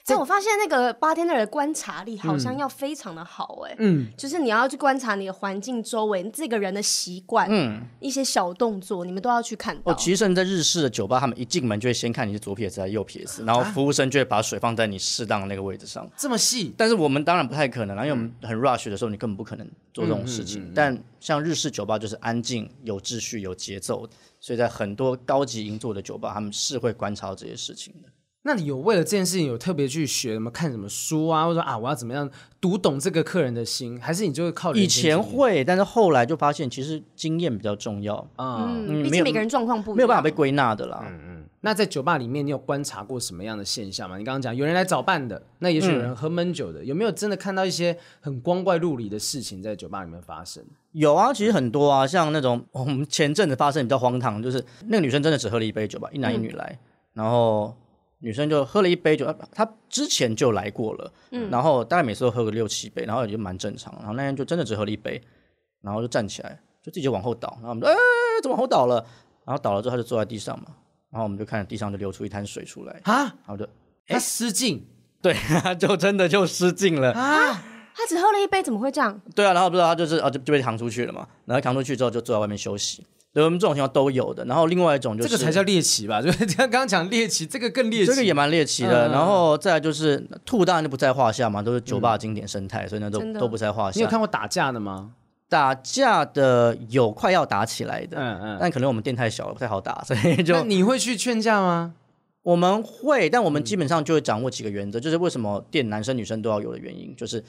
S3: 但我发现那个 bartender 的观察力好
S1: 嗯
S3: 像要非常的好哎、
S2: 嗯，
S3: 就是你要去观察你的环境周围，这个人的习惯，嗯，一些小动作，你们都要去看到。
S1: 哦，其实甚至在日式的酒吧，他们一进门就会先看你是左撇子还是右撇
S2: 啊
S1: 子，然后服务生就会把水放在你适当的那个位置上。
S2: 这么细，
S1: 但是我们当然不太可能啊啦，因为我们
S2: 嗯
S1: 很 rush 的时候，你根本不可能做这种事情。但像日式酒吧就是安静、有秩序、有节奏，所以在很多高级银座的酒吧，他们是会观察到这些事情的。
S2: 那你有为了这件事情有特别去学什么看什么书啊，或者说啊我要怎么样读懂这个客人的心，还是你就靠哦人
S1: 以
S2: 生经验
S1: 前会，但是后来就发现其实经验比较重要，
S2: 啊？
S1: 嗯
S3: 嗯，毕
S1: 没
S3: 竟
S1: 有
S3: 每个人状况不一样，
S1: 没有办法被归纳的啦。
S2: 那在酒吧里面，你有观察过什么样的现象吗？你刚刚讲有人来找伴的，那也许有人喝闷酒的，有没有真的看到一些很光怪陆离的事情在酒吧里面发生？
S1: 有啊，其实很多啊，像那种我们前阵子发生比较荒唐，就是那个女生真的只喝了一杯酒吧，一男一
S2: 嗯
S1: 女来，然后女生就喝了一杯酒，啊她之前就来过了，
S2: 嗯
S1: 然后大概每次都喝个六七杯，然后也就蛮正常，然后那天就真的只喝了一杯，然后就站起来，就自己就往后倒，然后我们就哎、怎么往后倒了？然后倒了之后她就坐在地上嘛，然后我们就看着地上就流出一滩水出来，
S2: 啊，
S1: 然后就
S2: 他失禁
S1: 对，她就 真的就失禁了。
S2: 啊，
S3: 他只喝了一杯，怎么会这样？
S1: 对啊，然后不知道他就是啊，就就被扛出去了嘛。然后扛出去之后就坐在外面休息。对，我们这种情况都有的。然后另外一种就
S2: 这
S1: 是
S2: 个才叫猎奇吧？就是 刚刚讲猎奇，这个更猎奇。嗯
S1: 这个也蛮猎奇的。然后再来就是吐，当然就不在话下嘛，都是酒吧经典生态，所以那都
S3: 真的
S1: 都不在话
S2: 你有
S1: 下。
S2: 看过打架的吗？
S1: 打架的有快要打起来的，
S2: 嗯嗯
S1: 但可能我们店太小了，不太好打，所以
S2: 那
S1: 就
S2: 你会去劝架吗？
S1: 我们会，但我
S2: 嗯
S1: 们基本上就会掌握几个原则，就是为什么店男生女生都要有的原因，就是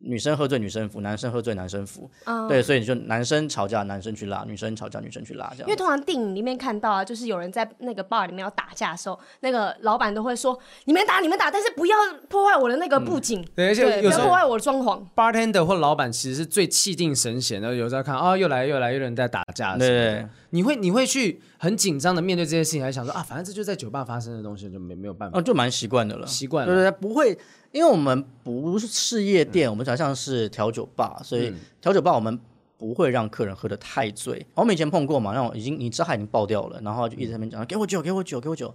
S1: 女生喝醉女生服，男生喝醉男生服。
S3: 啊
S1: 对，所以你就男生吵架男生去拉，女生吵架女生去拉这样
S3: 因为。通常电影里面看到啊，就是有人在那个 bar 里面要打架的时候，那个老板都会说：“你们打，你们打，但是不要破坏我的那
S1: 嗯
S3: 个布景，
S2: 对而且
S3: 对，不
S2: 有时
S3: 要
S2: 候
S3: 破坏我的装潢。
S2: bartender 或老板其实是最气定神闲的，有时候看啊、又来又来，又有人在打架。
S1: 对对对，
S2: 你会你会去很紧张的面对这些事情，还是想说啊，反正这就在酒吧发生的东西，就没没有办法
S1: 哦，就蛮习惯的了，
S2: 习惯了
S1: 对对，对不会，因为我们不是夜店，我们才像是调酒吧，所以调酒吧我们不会让客人喝得太醉。我们以前碰过嘛，那种已经你知道他已经爆掉了，然后就一直在那边讲给我酒，给我酒，给我酒，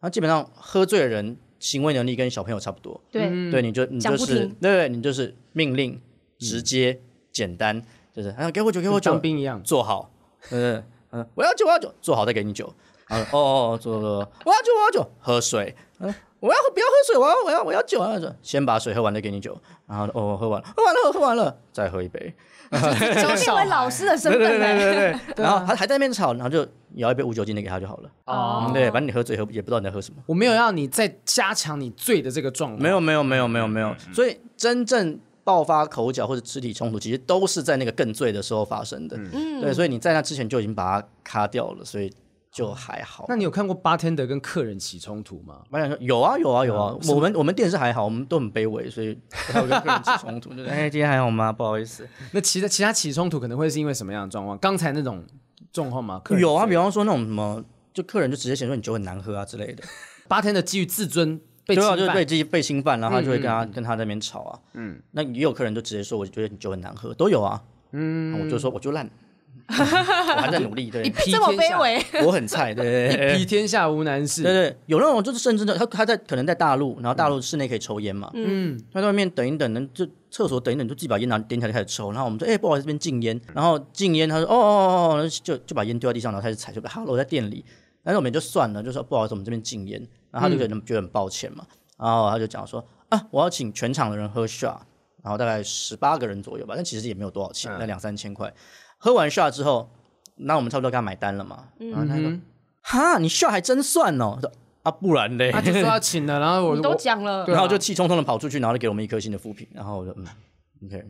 S1: 然后基本上喝醉的人行为能力跟小朋友差不多，”
S3: 对，
S1: 对，你就你
S3: 讲
S1: 就
S3: 不
S1: 是
S3: 听
S1: 对对，你就是命令直接简单，就是啊给我酒，给我
S2: 跟
S1: 酒
S2: 当，兵一样。
S1: 坐好，嗯嗯，我要酒，我要酒，坐好再给你酒。然后哦哦，坐坐坐，我要酒，我要酒，喝水。嗯，我要喝，不要喝水，我要我要我要酒啊！先把水喝完再给你酒。然后哦，喝完了，喝完了，喝完了，再喝一杯。
S3: 就变为老师的身份嘞。
S1: 对对。啊然后还还在那边吵，然后就舀一杯无酒精的给他就好了。
S3: 哦
S1: 嗯对，反正你喝醉喝也不知道你在喝什么。
S2: 我没有要你再加强你醉的这个状况，
S1: 没有没有没有没有没有，嗯所以真正爆发口角或者肢体冲突，其实都是在那个更醉的时候发生的。嗯，对，所以你在那之前就已经把它卡掉了，所以就还好。
S2: 那你有看过 bartender 跟客人起冲突吗？
S1: 我想说有啊有啊有啊，我们我们店是还好，我们都很卑微，所以不太会跟客人起冲突。就是 哎，今天还好吗？不好意思。
S2: 那其他其他起冲突可能会是因为什么样的状况？刚才那种状况吗？客人
S1: 有啊，
S2: 醉
S1: 比方说那种什么，就客人就直接显说你酒很难喝啊之类的，
S2: bartender 基于自尊被
S1: 对
S2: 侵
S1: 啊，就是
S2: 犯，
S1: 被自嗯己被侵犯，然后他就会跟他跟他在那边吵 啊。嗯，那也有客人就直接说，我觉得你酒很难喝，都有啊。嗯，我就说我就烂，我还在努力，
S2: 一
S1: 对，
S2: 批
S3: 欸 这么
S2: 天
S3: 卑
S2: 下，
S3: 微，
S1: 我很菜，对对对
S2: 一
S1: 对
S2: 批天下无难事。
S1: 对对，有那种就是甚至的，他他在可能在大陆，然后大陆室内可以抽烟嘛，嗯，他在外面等一等，就厕所等一等，就自己把烟拿点起来就开始抽，然后我们说，哎、不好意思，这边禁烟，然后禁烟，他说，哦哦哦哦，就就把烟丢在地上，然后开始踩，就 hello 在店里，但是我们也就算了，就说不好意思，我们这边禁烟，然后他就觉得、觉得很抱歉嘛，然后他就讲说，啊，我要请全场的人喝 shot，然后大概十八个人左右吧，但其实也没有多少钱，那两三千块，喝完 shot 之后，那我们差不多给他买单了嘛，
S2: 嗯
S1: 然后他说。哈，你笑还真算哦。我说嗯啊，不然嘞
S2: 他。就说要请了，然后我
S3: 你都
S2: 我
S3: 讲了
S2: 对，啊
S1: 然后就气冲冲的跑出去，然后就给我们一颗星的负评。然后我就嗯，OK，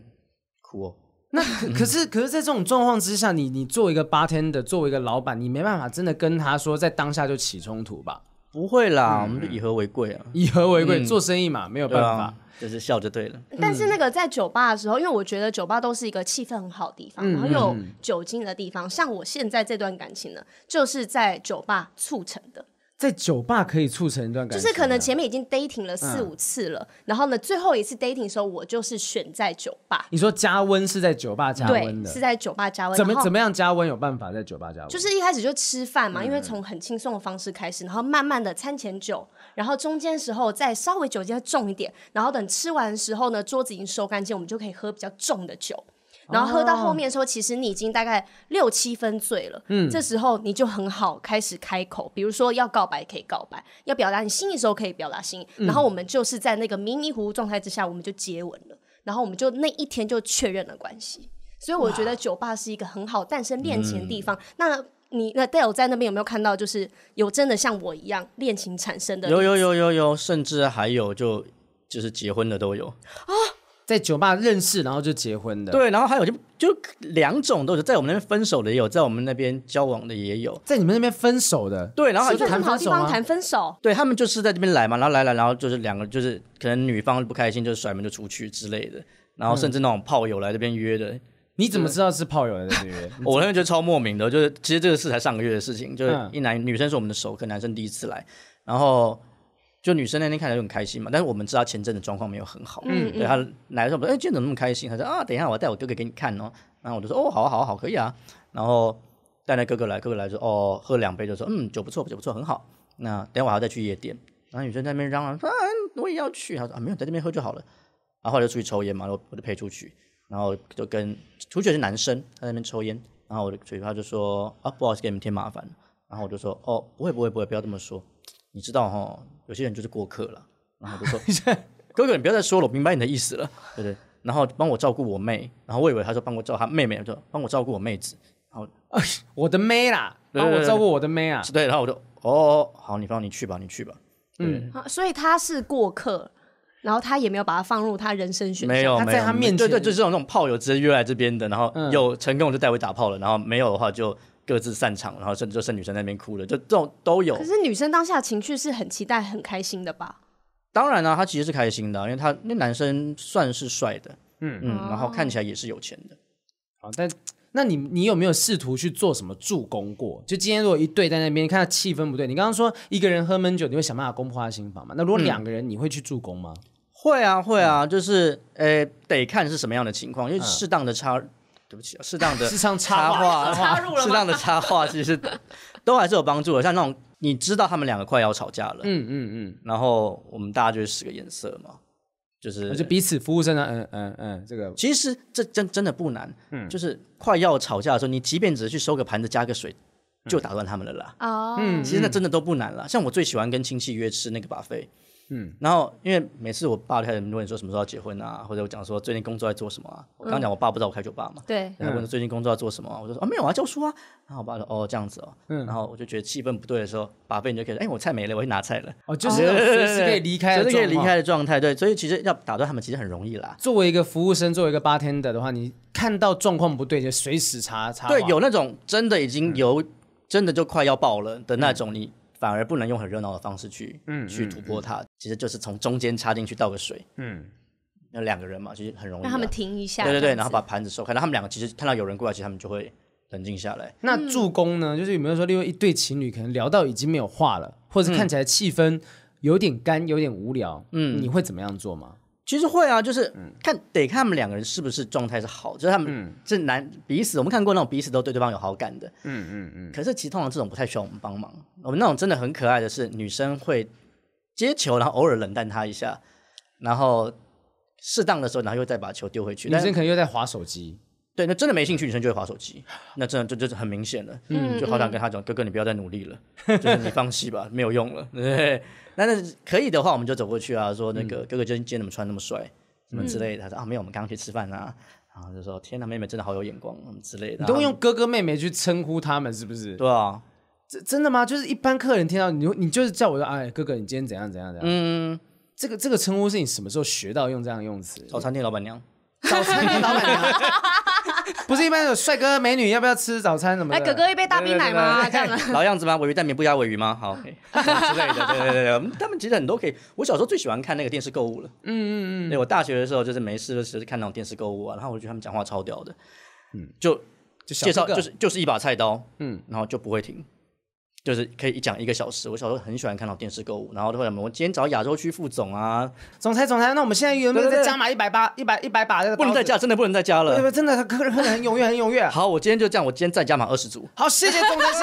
S1: 哭哦。
S2: 那可可是可是，在这种状况之下，你你作为一个 bartender，作为一个老板，你没办法真的跟他说在当下就起冲突吧？
S1: 不会啦，我们就以和为贵啊。
S2: 以和为贵，做生意嘛，没有
S1: 对
S2: 办法
S1: 啊。，就是笑就对了。
S3: 但是那
S2: 嗯
S3: 个在酒吧的时候，因为我觉得酒吧都是一个气氛很好的地
S2: 嗯
S3: 方，然后又有酒精的地方。像我现在这段感情呢，就是在酒吧促成的，
S2: 在酒吧可以促成一段
S3: 就
S2: 感情啊，嗯
S3: 是可能前面已经 dating 了四五次了，然后呢，最后一次 dating 的时候，我就是选在酒吧，
S2: 你说加温是在酒吧加
S3: 对
S2: 温，的，
S3: 是在酒吧加温，
S2: 怎么
S3: 然后
S2: 怎么样加温有办法在酒吧加温？
S3: 就是一开始就吃饭嘛，因为从很轻松的方式开始，然后慢慢的餐前酒，然后中间时候再稍微酒精再重一点，然后等吃完的时候呢，桌子已经收干净，我们就可以喝比较重的酒。然后喝到后面的时候，其实你已经大概六七分醉了，嗯，这时候你就很好开始开口，比如说要告白可以告白，要表达你心意的时候可以表达心意，然后我们就是在那个迷迷糊糊状态之下，我们就接吻了，然后我们就那一天就确认了关系。所以我觉得酒吧是一个很好诞生恋情的地方。那你那 Dale 在那边有没有看到，就是有真的像我一样恋情产生的？
S1: 有有有有有，甚至还有就就是结婚的都有。
S2: 在酒吧认识，然后就结婚的。，
S1: 对，然后还有就就两种都有，在我们那边分手的也有，在我们那边交往的也有。
S2: 在你们那边分手的，
S1: 对，然后还
S3: 是
S1: 有
S3: 不是很好的地方
S2: 谈分手吗
S3: 谈分手？
S1: 对他们就是在这边来嘛，然后来了，然后就是两个就是可能女方不开心，就是甩门就出去之类的，然后甚至那种炮友来这边约的，
S2: 你怎么知道是炮友的对不对？
S1: 我那边觉得超莫名的，就是其实这个是才上个月的事情，就是
S2: 嗯
S1: 一男、女生是我们的熟客，男生第一次来，然后就女生那天看起来就很开心嘛，但是我们知道前阵子状况没有很好，嗯，对她来的时候我们说，哎、今天怎么那么开心？她说啊，等一下我带我哥哥给你看哦，然后我就说哦，好啊好啊好，可以啊，然后带那哥哥来，哥哥来说哦，喝两杯就说嗯，酒不错酒不错，很好，那等一下我还要再去夜店，然后女生在那边嚷嚷说啊，我也要去，她说啊没有，在这边喝就好了，然后后来就出去抽烟嘛，然后我就陪出去。然后就跟出去的是男生，他在那边抽烟，然后我的嘴巴就说啊，不好意思给你们添麻烦了。然后我就说哦，不会不会不会，不要这么说。你知道哈、有些人就是过客了。然后我就 说哥哥，你不要再说了，我明白你的意思了，对不对？然后帮我照顾我妹，然后我以为他说帮我照顾他妹妹，我说帮我照顾我妹子，
S2: 我的妹啦，
S1: 对
S2: 帮
S1: 对
S2: 我
S1: 对
S2: 照顾我的妹啊。
S1: 对，然后我就哦，好，你放你去吧，你去吧，嗯，
S3: 啊所以他是过客，然后他也没有把它放入他人生选项。
S1: 没有，
S2: 他在
S1: 没有
S2: 他面
S1: 对对，
S2: 前嗯
S1: 就是这种那种炮友直接约来这边的，然后有成功就带回打炮了，然后没有的话就各自散场，然后甚至就剩女生在那边哭了，就这种都有
S3: 可。是女生当下情绪是很期待、很开心的吧？
S1: 当然呢、他其实是开心的啊，因为他那男生算是帅的，嗯嗯，然后看起来也是有钱的。
S2: 好，但那你你有没有试图去做什么助攻过？就今天如果一对在那边，看到气氛不对，你刚刚说一个人喝闷酒，你会想办法攻破他心房嘛？那如果两个人，你会去助攻吗？
S1: 会啊，会啊，就是呃，得看是什么样的情况，因为适当的插，对不起啊，适当的
S2: 是上插
S1: 嗯插画，
S2: 插入 了吗
S1: 适当的插画其实都还是有帮助的。像那种你知道他们两个快要吵架了，
S2: 嗯嗯
S1: 然后我们大家就会使个眼色嘛，就是
S2: 嗯，就彼此服务生的，嗯嗯嗯，这个
S1: 其实这真真的不难，就是快要吵架的时候，你即便只是去收个盘子、加个水，就打断他们了啦。
S3: 哦，
S1: 其
S2: 嗯
S1: 实那真的都不难啦。像我最喜欢跟亲戚约吃那个把费，嗯，然后因为每次我爸开始问说什么时候要结婚啊，或者我讲说最近工作在做什么啊，我刚讲我爸不知道我开酒吧嘛，
S3: 对，
S1: 然后
S2: 嗯
S1: 问最近工作要做什么、啊，我就说啊没有啊教书啊，然后我爸说哦这样子哦，
S2: 嗯
S1: 然后我就觉得气氛不对的时候，把费你就可以说哎我菜没了，我去拿菜了，
S2: 哦，就是那种随时可以离开 的
S1: 就是可以
S2: 状
S1: 离
S2: 况
S1: 开的状态，对，所以其实要打断他们其实很容易啦。
S2: 作为一个服务生，作为一个 bartender 的话，你看到状况不对就随时插插话。
S1: 对，有那种真的已经有、真的就快要爆了的那种，你反而不能用很热闹的方式去，去突破它，其实就是从中间插进去倒个水，嗯，那两个人嘛，其实很容易、啊，
S3: 让他们停一下。
S1: 对对
S3: 这
S1: 对，
S3: 样子
S1: 然后把盘子收开，然后他们两个其实看到有人过来，其实他们就会冷静下来。
S2: 那助攻呢？就是有没有说，例如一对情侣可能聊到已经没有
S1: 嗯
S2: 话了，或者是看起来气氛有点干，有点无聊，嗯，你会怎么样做吗？
S1: 其实会啊，就是看得看他们两个人是不是状态是好，就是他们是男彼此，我们看过那种彼此都对对方有好感的，嗯嗯嗯。可是其实通常这种不太需要我们帮忙，我们那种真的很可爱的是女生会接球，然后偶尔冷淡他一下，然后适当的时候，然后又再把球丢回去。
S2: 女
S1: 但
S2: 生可能又在划手机，
S1: 对，那真的没兴趣，女生就会划手机，那真的这这是很明显的，嗯，就好想跟他讲，哥哥你不要再努力了， 就是你放弃吧，没有用了，对。那那可以的话，我们就走过去啊，说那
S2: 嗯
S1: 个、哥哥今天今天怎么穿那么帅，什么之类的。他说啊，没有，我们刚刚去吃饭啊。然后就说天哪，妹妹真的好有眼光，什么之类的。
S2: 你
S1: 然
S2: 都
S1: 后
S2: 用呃哥哥妹妹去称呼他们，是不是？
S1: 嗯对啊，
S2: 真真的吗？就是一般客人听到你就，你就是叫我说，哎，哥哥，你今天怎样怎样怎样？嗯，这个这个称呼是你什么时候学到用这样的用词？
S1: 早餐店老板娘，
S2: 早餐店老板娘， 不是一般有帅哥美女要不要吃早餐什么
S3: 来，
S1: 哎
S2: 的？
S3: 哥哥一杯大冰奶吗？这样的。
S1: 老样子吗？尾鱼蛋面不压尾鱼吗？好 之类的，对对对对，我们他们其实很多可以。我小时候最喜欢看那个电视购物了，嗯嗯嗯。对我大学的时候就是没事的时候看那种电视购物啊，然后我觉得他们讲话超屌的，嗯，就
S2: 就小
S1: 介绍
S2: 哥哥
S1: 就是就是一把菜刀，
S2: 嗯
S1: 嗯，然后就不会停，就是可以讲一个小时。我小时候很喜欢看老电视购物，然后后来我今天找亚洲区副总啊，
S2: 总裁总裁，那我们现在原本
S1: 对对
S2: 再
S1: 对
S2: 加码一百八一百一百把这 个
S1: 不能再
S2: 刀子，
S1: 加，真的不能再加
S2: 对
S1: 了。
S2: 对，真的客人客人很踊跃很踊跃。
S1: 好，我今天就这样，我今天再加满二十 组，
S2: 好，谢谢总裁，谢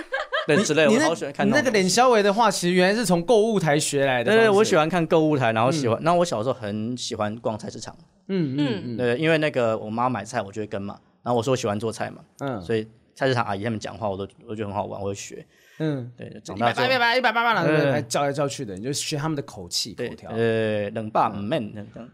S2: 谢。
S1: 对之类的，
S2: 你
S1: 我
S2: 那
S1: 好喜欢看
S2: 你
S1: 那
S2: 那
S1: 种
S2: 个
S1: 东西
S2: 脸小伟的话，其实原来是从购物台学来的。
S1: 对对，我
S2: 喜
S1: 喜
S2: 欢。
S1: 欢看购物台，然后喜欢，那、我小时候很喜欢逛菜市场，
S3: 嗯，
S1: 对，因为那个我妈买菜，我就会跟嘛，然后我说我喜欢做菜嘛，
S2: 嗯
S1: 所以菜市场阿姨他们讲话，我都我觉得很好玩，我会学，
S2: 嗯，
S1: 对，长
S2: 一
S1: 大
S2: 百
S1: 之
S2: 八
S1: 后
S2: 一百，八一百八八了，
S1: 对
S2: 对还叫来叫去的，你就学他们的口气口
S1: 对，
S2: 条。
S1: 呃，冷爸唔 man 这样。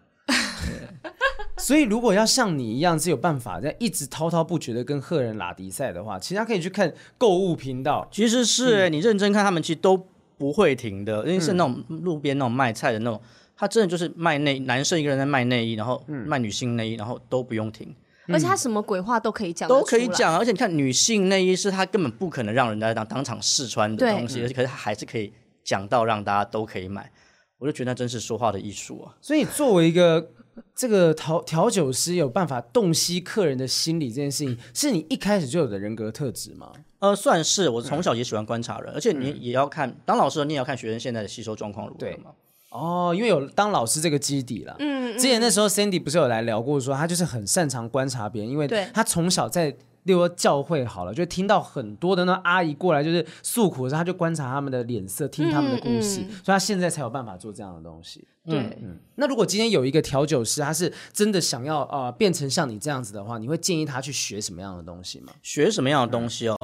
S2: 所以如果要像你一样是有办法在一直滔滔不绝的跟客人拉迪赛的话，其实他可以去看购物频道。
S1: 其实是、欸你认真看，他们其实都不会停的，因为是那种路边那种卖菜的那种，他真的就是卖内男生一个人在卖内衣，然后卖女性内衣，然后都不用停，
S3: 而且他什么鬼话都可以讲，
S1: 都可以。讲。而且你看，女性内衣是他根本不可能让人家当当场试穿的
S3: 对
S1: 东西，而且可是他还是可以讲到让大家都可以买。我就觉得那真是说话的艺术啊！
S2: 所以作为一个这个调调酒师，有办法洞悉客人的心理这件事情，是你一开始就有的人格特质吗？
S1: 呃，算是我从小也喜欢观察人，而且你也要看当老师的，你也要看学生现在的吸收状况如何
S2: 对
S1: 嘛。
S2: 哦，因为有当老师这个基底了。嗯，之前那时候 Sandy 不是有来聊过说，他就是很擅长观察别人，因为
S3: 对
S2: 他从小在。例如说教会好了，就听到很多的那阿姨过来，就是诉苦的时候，他就观察他们的脸色，听他们的故事，
S3: 嗯嗯
S2: 所以他现在才有办法做这样的东西。嗯
S3: 对，
S2: 那如果今天有一个调酒师，他是真的想要呃变成像你这样子的话，你会建议他去学什么样的东西吗？
S1: 学什么样的东西哦？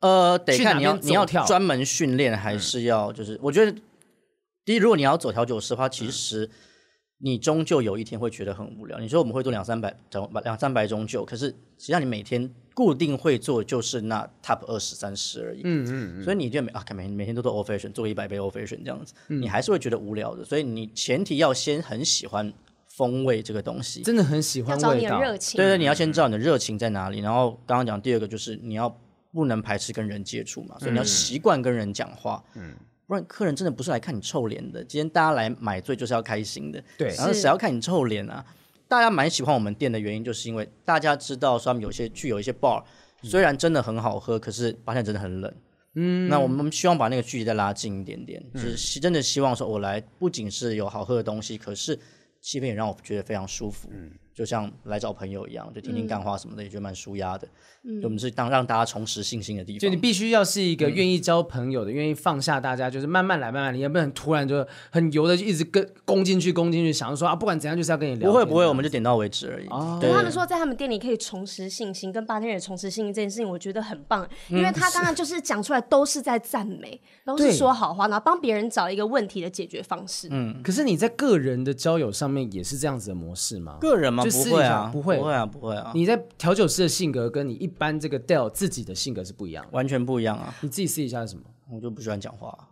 S1: 呃，得
S2: 嗯去哪
S1: 看你要
S2: 边走
S1: 你要
S2: 跳
S1: 专门训练，还是要就是、我觉得，第一，如果你要走调酒师的话，其实你终究有一天会觉得很无聊。你说我们会做两三百种两三百种酒，可是实际上你每天固定会做就是那 top 二十三十而已。嗯嗯所以你就每啊，看每每天都做 old fashion，做一百杯 old fashion 这样子，
S2: 嗯
S1: 你还是会觉得无聊的。所以你前提要先很喜欢风味这个东西，
S2: 真的很喜
S3: 要
S2: 欢
S3: 找
S2: 味
S3: 点
S2: 道，
S3: 热情。
S1: 对对，你要先知道你的热情在哪里。然后刚刚讲第二个就是你要不能排斥跟人接触嘛，所以你要习惯跟人讲话。嗯。不然客人真的不是来看你臭脸的，今天大家来买醉就是要开心的，
S2: 对
S1: 然后
S3: 是
S1: 谁要看你臭脸啊？大家蛮喜欢我们店的原因，就是因为大家知道说他们有些去有一些 bar，虽然真的很好喝，可是发现真的很冷。嗯，那我们希望把那个距离再拉近一点点，就是希真的希望说，我来不仅是有好喝的东西，可是气氛也让我觉得非常舒服。嗯，就像来找朋友一样，就听听干话什么的，也觉得蛮舒压的。嗯，我们是当让大家重拾信心的地方。
S2: 就你必须要是一个愿意交朋友的，愿意放下大家，就是慢慢来，慢慢来，也不能突然就很油的就一直跟攻进去，攻进去，想要说啊，不管怎样就是要跟你聊。
S1: 不会不会，我们就点到为止而已。哦
S3: 可是他们说在他们店里可以重拾信心，跟八天也重拾信心这件事情，我觉得很棒，
S1: 嗯
S3: 因为他刚刚就是讲出来都是在 赞美，都是
S2: 对
S3: 说好话，然后帮别人找一个问题的解决方式。嗯，
S2: 可是你在个人的交友上面也是这样子的模式吗？
S1: 个人吗？
S2: 就
S1: 不
S2: 私底
S1: 会
S2: 下
S1: 啊，
S2: 不会
S1: 不会啊，不会啊，
S2: 你在调酒师的性格跟你一般这个 Dell 自己的性格是不一样的。
S1: 完全不一样啊！
S2: 你自己私底下是什么？
S1: 我就不喜欢讲话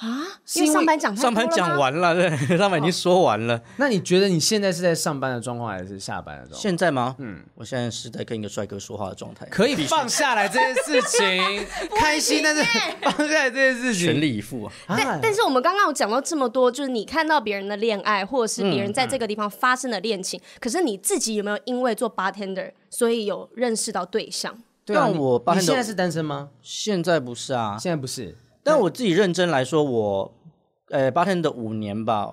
S1: 啊、
S3: 因为上班讲太
S1: 上
S3: 多
S1: 班
S3: 了吗
S1: 讲完了， 对，上班已经说完了。
S2: 那你觉得你现在是在上班的状况还是下班的状况？
S1: 现在吗？嗯，我现在是在跟一个帅哥说话的状态，
S2: 可以放下来这件事情，开心，但是放下来这件事情，
S1: 全力以赴啊。
S2: 啊
S3: 但但是我们刚刚有讲到这么多，就是你看到别人的恋爱，或者是别
S1: 嗯
S3: 人在这个地方发生的恋情，可是你自己有没有因为做 bartender，所以有认识到对象？
S2: 对啊，
S1: 但
S2: 你
S1: 我八
S2: 你
S1: 天
S2: 现
S1: 都
S2: 在是单身吗？
S1: 现在不是啊，
S2: 现在不是，
S1: 但我自己认真来说，我呃八天的五年吧，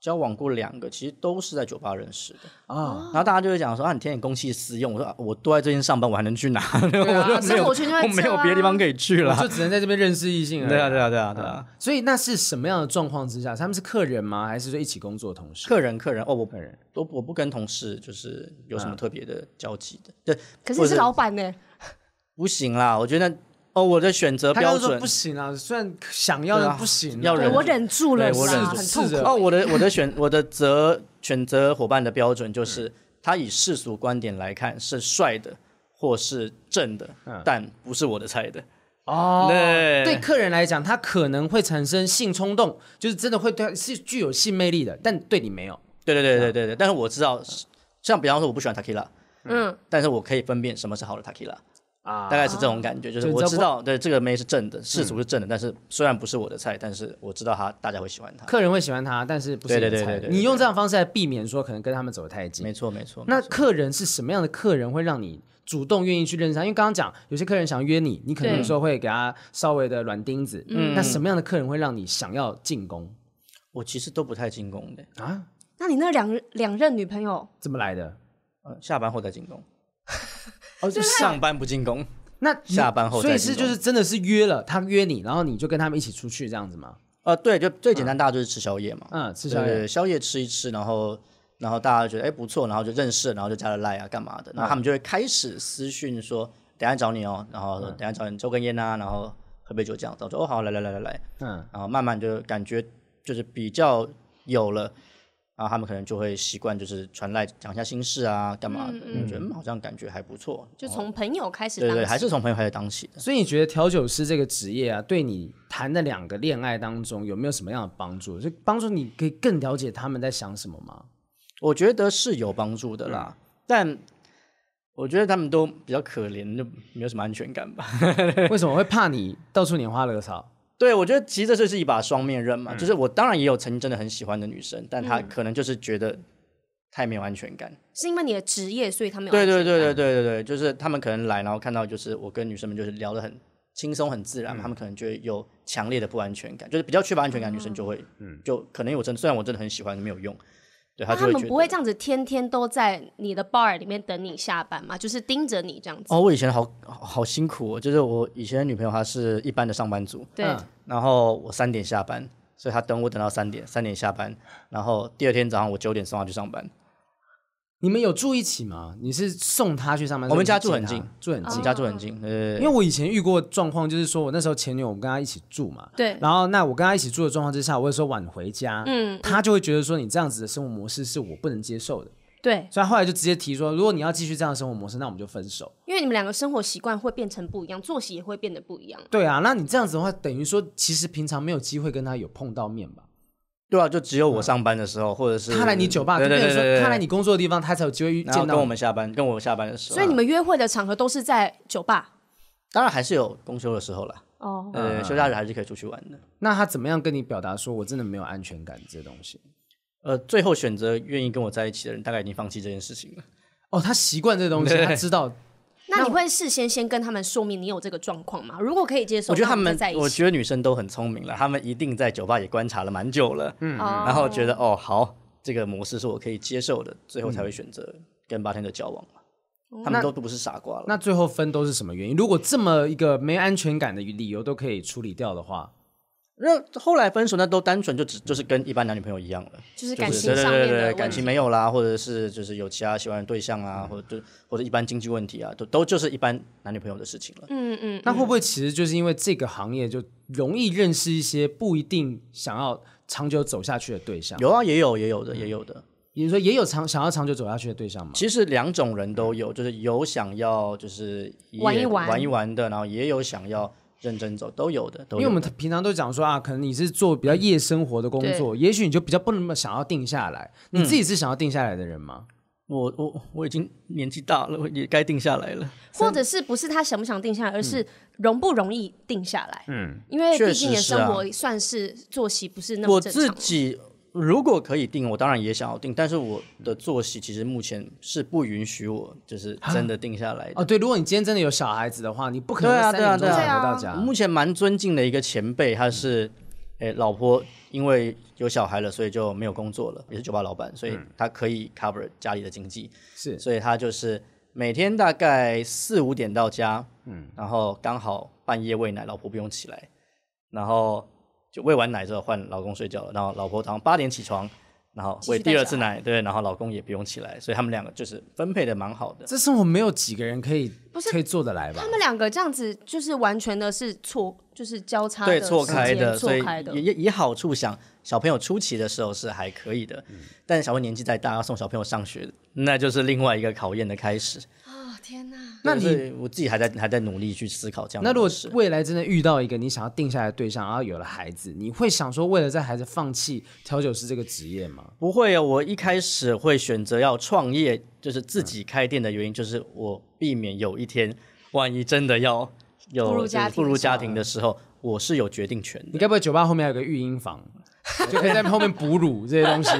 S1: 交往过两个，其实都是在酒吧认识的。
S2: 啊，
S1: 然后大家就会讲说啊，你天天公器私用。我说、啊、我都在这边上班，我还能去 哪？我就没
S3: 生
S1: 有，
S3: 活圈就在
S1: 我没有
S3: 这啊
S1: 别的地方可以去了。
S2: 就只能在这边认识异性而已。
S1: 对啊，对啊，对啊，对啊。
S2: 所以那是什么样的状况之下？他们是客人吗？还是说一起工作的同事？
S1: 客人，客人，嗯哦，我
S2: 客人
S1: 都我不跟同事就是有什么特别的交集的。对，
S3: 可是
S1: 或
S3: 你
S1: 者
S3: 是老板呢、
S1: 不行啦，我觉得哦，我的选择
S2: 他刚
S1: 标
S2: 刚说
S1: 准
S2: 不行啊，虽然想要但不行啊，
S1: 要
S3: 对
S1: 忍
S3: 我
S1: 住
S3: 忍住了啦，
S1: 对我忍住
S3: 很痛
S2: 是的
S3: 苦。
S1: 哦，我的我的选我的择选择伙伴的标准就是，
S2: 嗯
S1: 他以世俗观点来看是帅的或是正的，但不是我的菜的。
S2: 嗯哦，
S1: 对
S2: 对客人来讲，他可能会产生性冲动，就是真的会对他是具有性魅力的，但对你没有。
S1: 对对对
S2: 嗯
S1: 对对对，但是我知道，像比方说我不喜欢 Takila，
S3: 嗯，
S1: 但是我可以分辨什么是好的 Takila，
S2: 啊嗯
S1: 大概是这种感觉，就是
S2: 就
S1: 我
S2: 知
S1: 知
S2: 道
S1: 道，对这个妹是正的，世俗是正的，但是虽然不是我的菜，但是我知道他大家会喜欢他。
S2: 客人会喜欢他，但是不是你的
S1: 对对对
S2: 菜
S1: 对对对
S2: 你用这样的方式来避免说可能跟他们走得太近
S1: 没。错没错，
S2: 那客人是什么样的客人会让你主动愿意去认识他？因为刚刚讲有些客人想约你，你可能有时候会给他稍微的软钉子。嗯，那什么样的客人会让你想要进攻
S1: 我其实都不太进攻的，
S2: 啊？
S3: 那你那两两任女朋友，
S2: 怎么来的？
S1: 呃，下班后再进攻，
S2: 哦， 就
S1: 上班不进攻。
S2: 那你
S1: 下班后
S2: 所以
S1: 再
S2: 是
S1: 进攻
S2: 就是真的是约了，他约你，然后你就跟他们一起出去这样子吗？
S1: 呃，对，就最简单，大家就是吃宵夜嘛。
S2: 嗯，吃
S1: 对
S2: 宵
S1: 对
S2: 夜
S1: 对，宵夜吃一吃，然后然后大家觉得哎不错，然后就认识了，然后就加了赖啊干嘛的，然后
S2: 嗯
S1: 他们就会开始私讯说等一下找你哦，然
S2: 嗯
S1: 后等一下找你抽根烟啊，然后喝杯酒这样，然后就哦好来来来来来，
S2: 嗯，
S1: 然后慢慢就感觉就是比较有了。然后他们可能就会习惯，就是传来讲一下心事啊，干嘛的？就觉得嗯好像感觉还不错，
S3: 就从朋友开始
S1: 对
S3: 当起，
S1: 对，还是从朋友开始当起的。
S2: 所以你觉得调酒师这个职业啊，对你谈的两个恋爱当中有没有什么样的帮助？就帮助你可以更了解他们在想什么吗？
S1: 我觉得是有帮助的啦，但我觉得他们都比较可怜，就没有什么安全感吧。
S2: 为什么会怕你到处拈花惹草？
S1: 对，我觉得其实这就是一把双面刃嘛，就是我当然也有曾经真的很喜欢的女生，但她可能就是觉得太没有安全感。
S3: 是因为你的职业，所以他们有
S1: 对对
S3: 安全
S1: 对对
S3: 感
S1: 对对对，就是他们可能来，然后看到就是我跟女生们就是聊得很轻松很自然，嘛，他们可能就会有强烈的不安全感，就是比较缺乏安全感的女生就会，嗯，就可能我真的虽然我真的很喜欢，没有用，对她
S3: 那
S1: 就
S3: 他
S1: 会
S3: 们
S1: 觉
S3: 不会
S1: 得。
S3: 这样子天天都在你的 bar 里面等你下班吗？就是盯着你这样子。
S1: 哦，我以前好好好辛苦、哦，就是我以前的女朋友她是一般的上班族，
S3: 对，
S2: 嗯
S1: 然后我三点下班，所以他等我等到三点，三点下班，然后第二天早上我九点送他去上班，
S2: 你们有住一起吗？你是送他去上班？
S1: 我们家
S2: 送你
S1: 住很
S2: 去接他，住很
S1: 我
S2: 近。
S1: 们家住很近，呃
S2: 因为，我以前遇过状况，就是说我那时候前女友，我们跟她一起住嘛，
S3: 对
S2: 然后那我跟她一起住的状况之下，我有时候晚回家，嗯，她就会觉得说你这样子的生活模式是我不能接受的，
S3: 对，
S2: 所以她后来就直接提说，如果你要继续这样的生活模式，那我们就分手。
S3: 因为你们两个生活习惯会变成不一样，作息也会变得不一样。
S2: 对啊，那你这样子的话，等于说其实平常没有机会跟她有碰到面吧？
S1: 对啊，就只有我上班的时候，或者是
S2: 她来你酒
S1: 嗯
S2: 吧，
S1: 对对
S2: 就
S1: 对
S2: 变成
S1: 对
S2: 说
S1: 对，
S2: 她来你工作的地方，她才有机会遇
S1: 然后
S2: 见到
S1: 跟我。们下班，跟我下班的时候，啊
S3: 所以你们约会的场合都是在酒吧
S1: 当然还是有公休的时候啦，
S3: 哦。
S1: 呃，休假日还是可以出去玩的。
S2: 那她怎么样跟你表达说我真的没有安全感这些东西？
S1: 呃，最后选择愿意跟我在一起的人，大概已经放弃这件事情了。
S2: 哦，她习惯这东西，她知道
S3: 那你会事先先跟他们说明你有这个状况吗？如果可以接受，
S1: 我觉得他
S3: 那
S1: 们
S3: 们就在，一
S1: 我
S3: 起。
S1: 觉得女生都很聪明了，她们一定在酒吧也观察了蛮久了，嗯，
S3: 哦
S1: 然后觉得哦好，这个模式是我可以接受的，最后才会选择跟八天的交往嘛。他们都都不是傻瓜了。
S2: 那最后分都是什么原因？如果这么一个没安全感的理由都可以处理掉的话，
S1: 那后来分手，那都单纯就只就是跟一般男女朋友一样了，
S3: 就是
S1: 就
S3: 感
S1: 是
S3: 情
S1: 对对
S3: 上
S1: 对
S3: 面
S1: 对，
S3: 的
S1: 感
S3: 问
S1: 情
S3: 题。
S1: 没有啦，或者是就是有其他喜欢的对象啊，或者就或者一般经济问题啊，都都就是一般男女朋友的事情了。
S3: 嗯嗯，
S1: 啊
S2: 那会不会其实就是因为这个行业就容易认识一些不一定想要长久走下去的对象？
S1: 有啊，也有也有的也有的，
S2: 你说也有长想要长久走下去的对象吗？
S1: 其实两种人都有，就是有想要就是夜
S3: 玩一玩
S1: 玩一玩的，然后也有想要认真走，都有的，都
S2: 因
S1: 有
S2: 为我们平常都讲说啊，可能你是做比较夜生活的工作，也许你就比较不那么想要定下来。
S1: 嗯
S2: 你自己是想要定下来的人吗？
S1: 我我我已经年纪大了，我也该定下来了。
S3: 或者是不是他想不想定下来，而是容不容易定下来？嗯，因为
S1: 嗯确
S3: 毕竟你的
S1: 实是啊
S3: 生活算是作息不是那
S1: 我
S3: 么正
S1: 自
S3: 常。
S1: 己如果可以定，我当然也想要定，但是我的作息其实目前是不允许我就是
S3: 啊
S1: 真的定下来的。
S2: 哦，对，如果你今天真的有小孩子的话，你不可能
S1: 对啊
S2: 三点钟
S1: 对啊
S2: 才
S1: 对
S2: 回
S3: 啊
S2: 到家。
S1: 目前蛮尊敬的一个前辈，他是。哎、老婆因为有小孩了，所以就没有工作了，也是酒吧老板，所以
S3: 嗯
S1: 他可以 cover 家里的经济，
S2: 是
S1: 所以他就是每天大概四五点到家，嗯，然后刚好半夜喂奶，老婆不用起来，然后就喂完奶之后换老公睡觉了，然后老婆早上八点起床。然后喂
S3: 继续带
S1: 第二次奶，对，然后老公也不用起来，所以他们两个就是分配的蛮好的。
S2: 这生活没有几个人可以
S3: 不是
S2: 可以做得来吧
S3: 他？们两个这样子就是完全的是错，就是交叉
S1: 对
S3: 的
S1: 错
S3: 时
S1: 开
S3: 间
S1: 的，
S3: 错
S1: 所以
S3: 开的
S1: 也。也以好处想，小朋友初期的时候是还可以的，但是小朋友年纪再大，要送小朋友上学，那就是另外一个考验的开始。
S3: 啊天哪！
S2: 那你
S1: 所以我自己还在还在努力去思考这样的
S2: 那如果
S1: 模式。
S2: 未来真的遇到一个你想要定下来的对象，然后有了孩子，你会想说为了这孩子放弃调酒师这个职业 吗？
S1: 不会哦，我一开始会选择要创业，就是自己开店的原因，就是我避免有一天，万一真的要有
S3: 步
S1: 就
S3: 入
S1: 是
S3: 家庭
S1: 步入
S3: 的时
S1: 家庭的时候，我是有决定权的
S2: 你。该不会酒吧后面还有个育婴房， 就可以在后面哺乳这些 东西？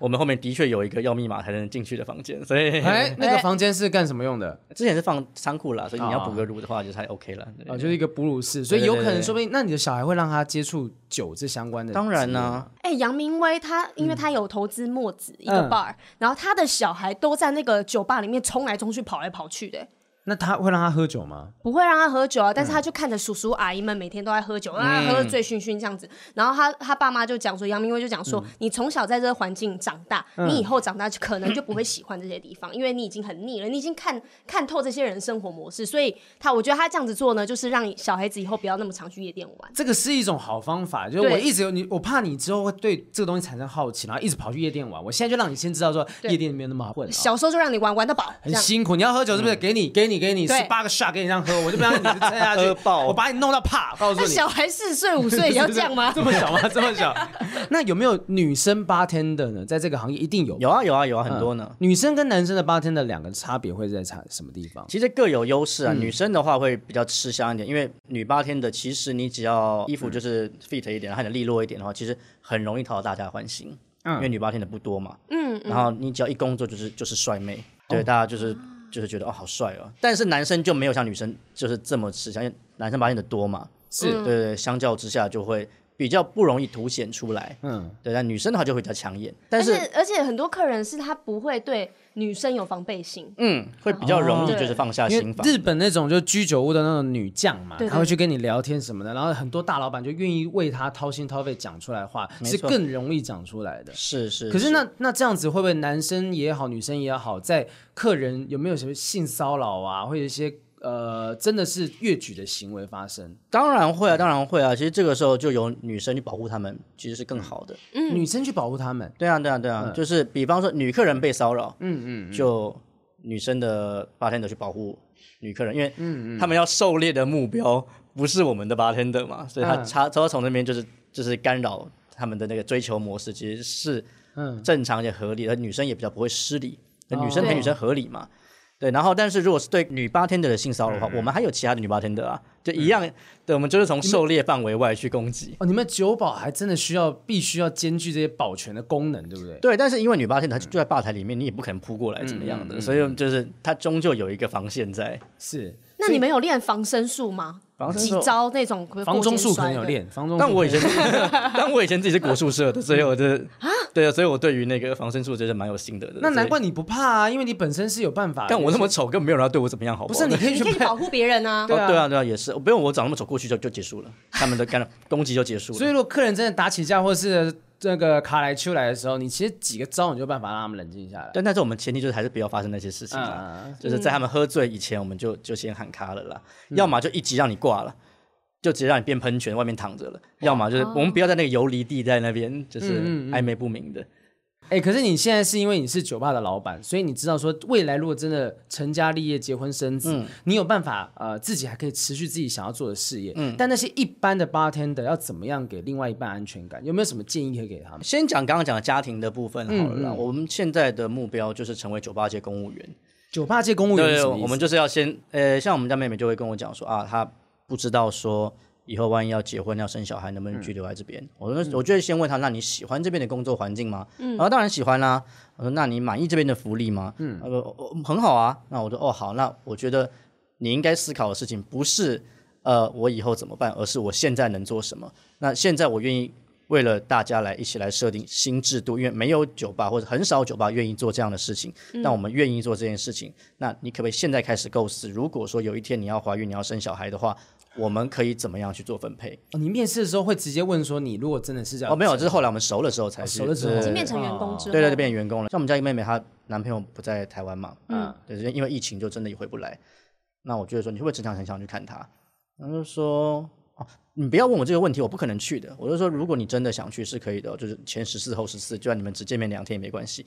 S1: 我们后面的确有一个要密码才能进去的房间，所以
S2: 哎，那个房间是干什么用的？
S1: 之前是放仓库啦，所以你要补个乳的啊话，就是还 OK 了。对
S2: 哦，就是一个哺乳室，所以
S1: 对对
S2: 有
S1: 对
S2: 可能
S1: 对
S2: 说不定，那你的小孩会让他接触酒这相关的。
S1: 当然呢、
S3: 哎、杨明威他
S1: 嗯
S3: 因为他有投资墨子一个
S2: 嗯
S3: bar，、然后他的小孩都在那个酒吧里面冲来冲去、跑来跑去的、
S2: 那他会让他喝酒吗？
S3: 不会让他喝酒啊，
S1: 嗯
S3: 但是他就看着叔叔阿姨们每天都在喝酒，让他喝得醉醺醺这样子。然后他他爸妈就讲说，杨明威就讲说，
S1: 嗯
S3: 你从小在这个环境长大，你以后长大就可能就不会喜欢这些地方，因为你已经很腻了，你已经看看透这些人生活模式。所以他我觉得他这样子做呢，就是让小孩子以后不要那么常去夜店
S1: 哦
S3: 玩。
S2: 这个是一种好方法，就是我
S3: 对
S2: 一直有你，哦我怕你之后会对这个东西产生好奇，然后一直跑去夜店玩。我现在就让你先知道说，
S3: 对
S2: 夜店没有那么好混、啊。
S3: 小时候就让你玩玩到饱，这
S2: 很
S3: 样
S2: 辛苦，你要喝酒是不是？给你，给你，给你，
S3: 对
S2: 十八个 shot 给你这样喝，我就不让你撑下 去，
S1: 喝爆
S2: 我把你弄到怕，告诉
S3: 那
S2: 你。
S3: 小孩四岁五岁也 要这样吗？
S2: 这么小吗？这么小？ 那有没有女生 bartender 呢？在这个行业一定有，
S1: 有啊有啊有啊，很多呢。
S2: 女生跟男生的 bartender 两个差别会在差什么地方？
S1: 其实各有优势
S2: 嗯
S1: 啊，女生的话会比较吃香一点，因为女八天的，其实你只要衣服
S2: 嗯
S1: 就是 fit 一点，然后你的利落一点的话，其实很容易讨到大家的欢心。
S2: 嗯
S1: 因为女八天的不多嘛，嗯，然后你只要一工作就是就是帅妹，
S2: 哦
S1: 对，大家就是就是觉得哦好帅哦。但是男生就没有像女生就是这么吃香，因为男生八天的多嘛，
S2: 是
S1: 对对对，相较之下就会比较不容易凸显出来，嗯，对，但女生的话就会比较抢眼， 但是
S3: 而且而且很多客人是他不会对女生有防备心，
S1: 嗯，会比较容易
S3: 哦
S1: 就是放下
S2: 因
S1: 心
S2: 为
S1: 防。
S2: 日本那种就居酒屋的那种女将嘛，
S3: 对对
S2: 她会去跟你聊天什么的，然后很多大老板就愿意为她掏心掏肺讲出来话，
S1: 没
S2: 是
S1: 错
S2: 更容易讲出来的。
S1: 是是，
S2: 可是那那这样子会不会男生也好，女生也好，在客人有没有什么性骚扰啊，或者一些呃真的是越矩的行为发生？
S1: 当然会啊，当然会啊。其实这个时候就有女生去保护他们，其实是更好的。
S2: 女生去保护他们，
S1: 对啊，对啊，对啊，就是比方说女客人被骚扰，嗯嗯，就女生的 bartender 去保护女客人，因为他们要狩猎的目标不是我们的 bartender 嘛，所以他插他从那边就是就是干扰他们的那个追求模式，其实是正常也合理的，女生也比较不会失礼，呃女生陪女生合理嘛。对，然后但是如果是对女 bartender 的性骚扰的话，我们还有其他的女 bartender 啊，就一样，对，我嗯们就是从狩猎范围外去攻击。
S2: 哦，你们酒保还真的需要必须要兼具这些保全的功能，对不对？
S1: 对，但是因为女八天她
S2: 嗯
S1: 就在吧台里面，你也不可能扑过来怎么样的，所以就是她终究有一个防线在。
S2: 是。
S3: 那你们有练防身术吗？
S1: 防身
S3: 几
S1: 术
S3: 招那种可不可以
S2: 防中术
S3: 过肩
S2: 可
S3: 摔
S2: 能有
S3: 的，
S2: 练，防中术
S1: 但我以前， 但我以前自己是国术社的，所以我就是对啊，所以我对于那个防身术就是蛮有心得的。
S2: 那
S1: 所
S2: 难
S1: 以，
S2: 怪你不怕啊，因为你本身是有办法。
S1: 但我那么丑，更没有人要对我怎么样，好
S2: 不
S1: 不好？
S2: 是你可 以
S3: 你可以
S2: 去
S3: 去保护别人啊。
S1: 哦 对啊，对啊，也是，不用我长那么丑，过去就就结束了，他们的干扰 攻击就结束了。
S2: 所以如果客人真的打起架或是这个卡来秋来的时候，你其实几个招你就有办法让他们冷静下来。
S1: 但但是我们前提就是还是不要发生那些事情啦，就是在他们喝醉以前，我们就就先喊卡了啦，要么就一集让你挂了。就直接让你变喷泉，外面躺着了；要么就是我们不要在那个游离地带那边，就是暧昧不明的。
S2: 哎、可是你现在是因为你是酒吧的老板，所以你知道说未来如果真的成家立业、结婚生子，
S1: 嗯
S2: 你有办法呃自己还可以持续自己想要做的事业。
S1: 嗯
S2: 但那些一般的 bartender 要怎么样给另外一半安全感？有没有什么建议可以给他们？
S1: 先讲刚刚讲的家庭的部分好了啦。我们现在的目标就是成为酒吧界公务员。
S2: 酒吧界公务员是
S1: 对，
S2: 什么意思
S1: 我们就是要先，呃，像我们家妹妹就会跟我讲说啊，她不知道说以后万一要结婚要生小孩，能不能去留在这
S2: 嗯
S1: 边？我说，我就会先问她，那你喜欢这边的工作环境吗？嗯，然后当然喜欢啦、我说，那你满意这边的福利吗？嗯，她说、哦哦很好啊。那我说，哦，好，那我觉得你应该思考的事情不是。呃，我以后怎么办？而是我现在能做什么？那现在我愿意为了大家来一起来设定新制度，因为没有酒吧或者很少酒吧愿意做这样的事情，但我们愿意做这件事情。那你可不可以现在开始构思？如果说有一天你要怀孕，你要生小孩的话，我们可以怎么样去做分配？
S2: 哦你面试的时候会直接问说，你如果真的是这样，
S1: 哦，没有，这是后来我们熟了之后才是
S2: 哦熟了之后
S1: 对
S2: 已经
S3: 变成员工之后，
S1: 对对对，变员工了。像我们家一个妹妹，她男朋友不在台湾嘛，
S2: 嗯
S1: 嗯，对，因为因为疫情就真的也回不来。那我就说你会不会真想很想去看她？她就说哦，你不要问我这个问题，我不可能去的。我就说如果你真的想去是可以的哦，就是前十四后十四，就算你们只见面两天也没关系。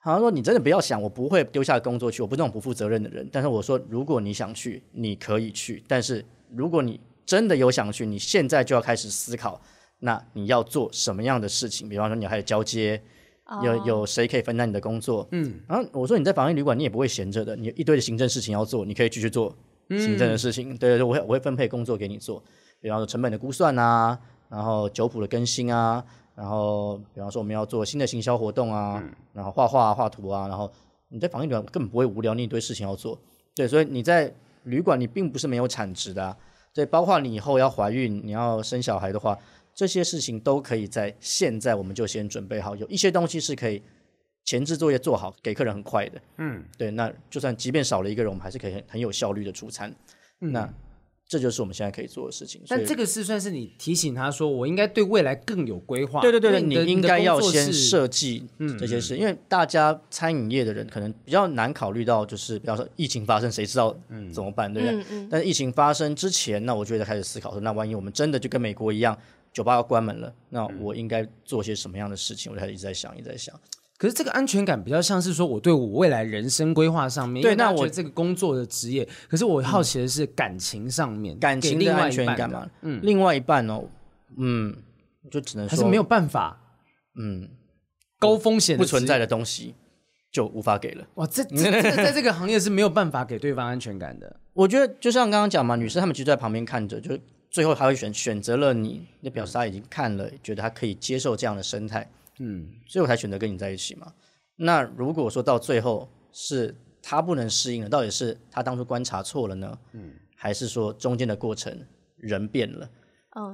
S1: 好像说你真的不要想，我不会丢下工作去，我不是那种不负责任的人。但是我说，如果你想去，你可以去；但是如果你真的有想去，你现在就要开始思考，那你要做什么样的事情？比方说，你要开始交接，有有谁可以分担你的工作？嗯，然后我说你在防疫旅馆你也不会闲着的，你有一堆的行政事情要做，你可以继续做行政的事情。对对对，我会我会分配工作给你做，比方说成本的估算啊，然后酒谱的更新啊，然后比方说我们要做新的行销活动啊，然后画画、啊、画图啊，然后你在防疫旅馆根本不会无聊，你一堆事情要做。对，所以你在旅馆你并不是没有产值的、啊，对，包括你以后要怀孕、你要生小孩的话，这些事情都可以在现在我们就先准备好，有一些东西是可以前置作业做好，给客人很快的。嗯，对，那就算即便少了一个人，我们还是可以很很有效率的出餐。那这就是我们现在可以做的事情。所
S2: 但
S1: 以
S2: 这个是算是你提醒他说，我应该对未来更有规划。
S1: 对对对对，
S2: 因
S1: 你
S2: 为
S1: 应该要先。
S2: 的的工作是嗯
S1: 设计这些事，因为大家餐饮业的人可能比较难考虑到，就是比方说疫情发生，谁知道
S2: 嗯
S1: 怎么办，对不对？但是疫情发生之前，那我就会开始思考说，那万一我们真的就跟美国一样，酒吧要关门了，那
S2: 嗯
S1: 我应该做些什么样的事情？我就开始一直在想，一直在想。
S2: 可是这个安全感比较像是说我对我未来人生规划上面，
S1: 对
S2: 因为大家
S1: 那我嗯
S2: 觉得这个工作的职业，可是我好奇的是感情上面，
S1: 感情
S2: 给另
S1: 的
S2: 外
S1: 安
S2: 一
S1: 全
S2: 半
S1: 感
S2: 的，
S1: 嘛，另外一半哦，嗯，就只能
S2: 还是
S1: 说
S2: 没有办法，
S1: 嗯
S2: 高风险的
S1: 不存在
S2: 职业
S1: 的东西就无法给了。
S2: 哇，这这这这在这个行业是没有办法给对方安全感的。
S1: 我觉得就像刚刚讲嘛，女生她们其实在旁边看着，就是最后她会选选择了你，那表示她已经看了，觉得她可以接受这样的生态，嗯，所以我才选择跟你在一起嘛。那如果说到最后是她不能适应了，到底是她当初观察错了呢，嗯，还是说中间的过程人变了？
S3: 嗯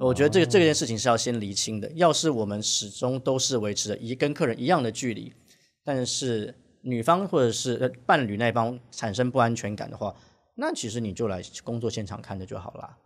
S1: 我觉得这个这件事情是要先厘清的。要是我们始终都是维持着一跟客人一样的距离，但是女方或者是呃伴侣那方产生不安全感的话，那其实你就来工作现场看着就好啦。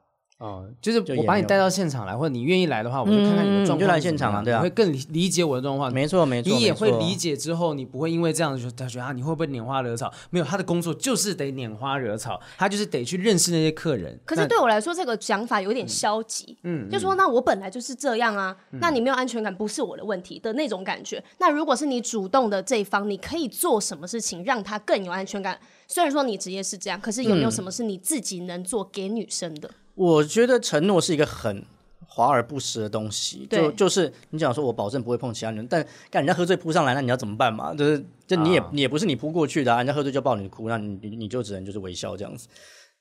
S2: 哦，就是
S1: 就
S2: 我
S1: 也
S2: 把
S1: 没
S2: 你
S1: 有
S2: 带到现场来，或者你愿意来的话，我就看看你的
S1: 嗯
S2: 状况是怎
S1: 你
S2: 么样。
S1: 就来现场啊对啊
S2: 你会更理理解我的状况。
S1: 没错，没错，
S2: 你也会
S1: 没错
S2: 理解之后，你不会因为这样就他觉得啊，你会不会拈花惹草？没有，他的工作就是得拈花惹草，他就是得去认识那些客人。
S3: 可是对我来说，这个想法有点消极，嗯，就说那我本来就是这样啊，
S1: 嗯
S3: 那你没有安全感不是我的问题的那种感觉。那如果是你主动的这一方，你可以做什么事情让他更有安全感？虽然说你职业是这样，可是有没
S1: 嗯
S3: 有什么是你自己能做给女生的？
S1: 我觉得承诺是一个很华而不实的东西，
S3: 对
S1: 就就是你讲说我保证不会碰其他人，但干人家喝醉扑上来，那你要怎么办嘛？就是就你也、
S2: 啊
S1: 你也不是你扑过去的、啊，人家喝醉就抱你哭，那你你你就只能就是微笑这样子。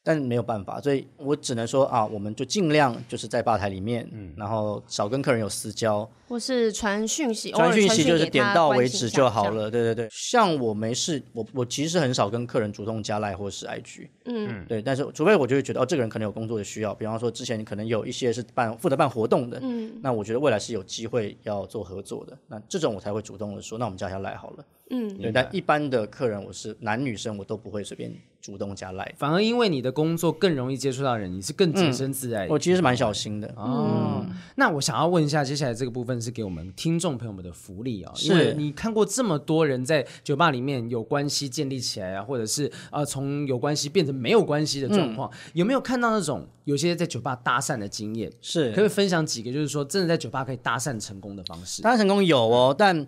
S1: 但没有办法，所以我只能说啊，我们就尽量就是在吧台里面，
S2: 嗯
S1: 然后少跟客人有私交，
S3: 或是传讯息，偶尔
S1: 传讯息就是
S3: 给他
S1: 点到
S3: 关
S1: 为
S3: 心
S1: 止
S3: 一下
S1: 就好。
S3: 这样
S1: 了。对对对，像我没事，我我其实很少跟客人主动加赖或是 IG，嗯，对，但是除非我就会觉得哦，这个人可能有工作的需要，比方说之前可能有一些是办负责办活动的，嗯，那我觉得未来是有机会要做合作的，那这种我才会主动的说，那我们加一下赖好了，嗯，对，但一般的客人我是男女生我都不会随便主动加赖，
S2: 反而因为你的工作更容易接触到人，你是更洁身自爱的。
S1: 嗯我其实是蛮小心的，嗯
S2: 哦，那我想要问一下，接下来这个部分是给我们听众朋友们的福利哦，因
S1: 是
S2: 为你看过这么多人在酒吧里面有关系建立起来啊，或者是呃从有关系变成没有关系的状
S1: 嗯
S2: 况，有没有看到那种有些在酒吧搭讪的经验？可
S1: 是
S2: 不可以分享几个，就是说真的在酒吧可以搭讪成功的方式？
S1: 当然成功有哦，但刚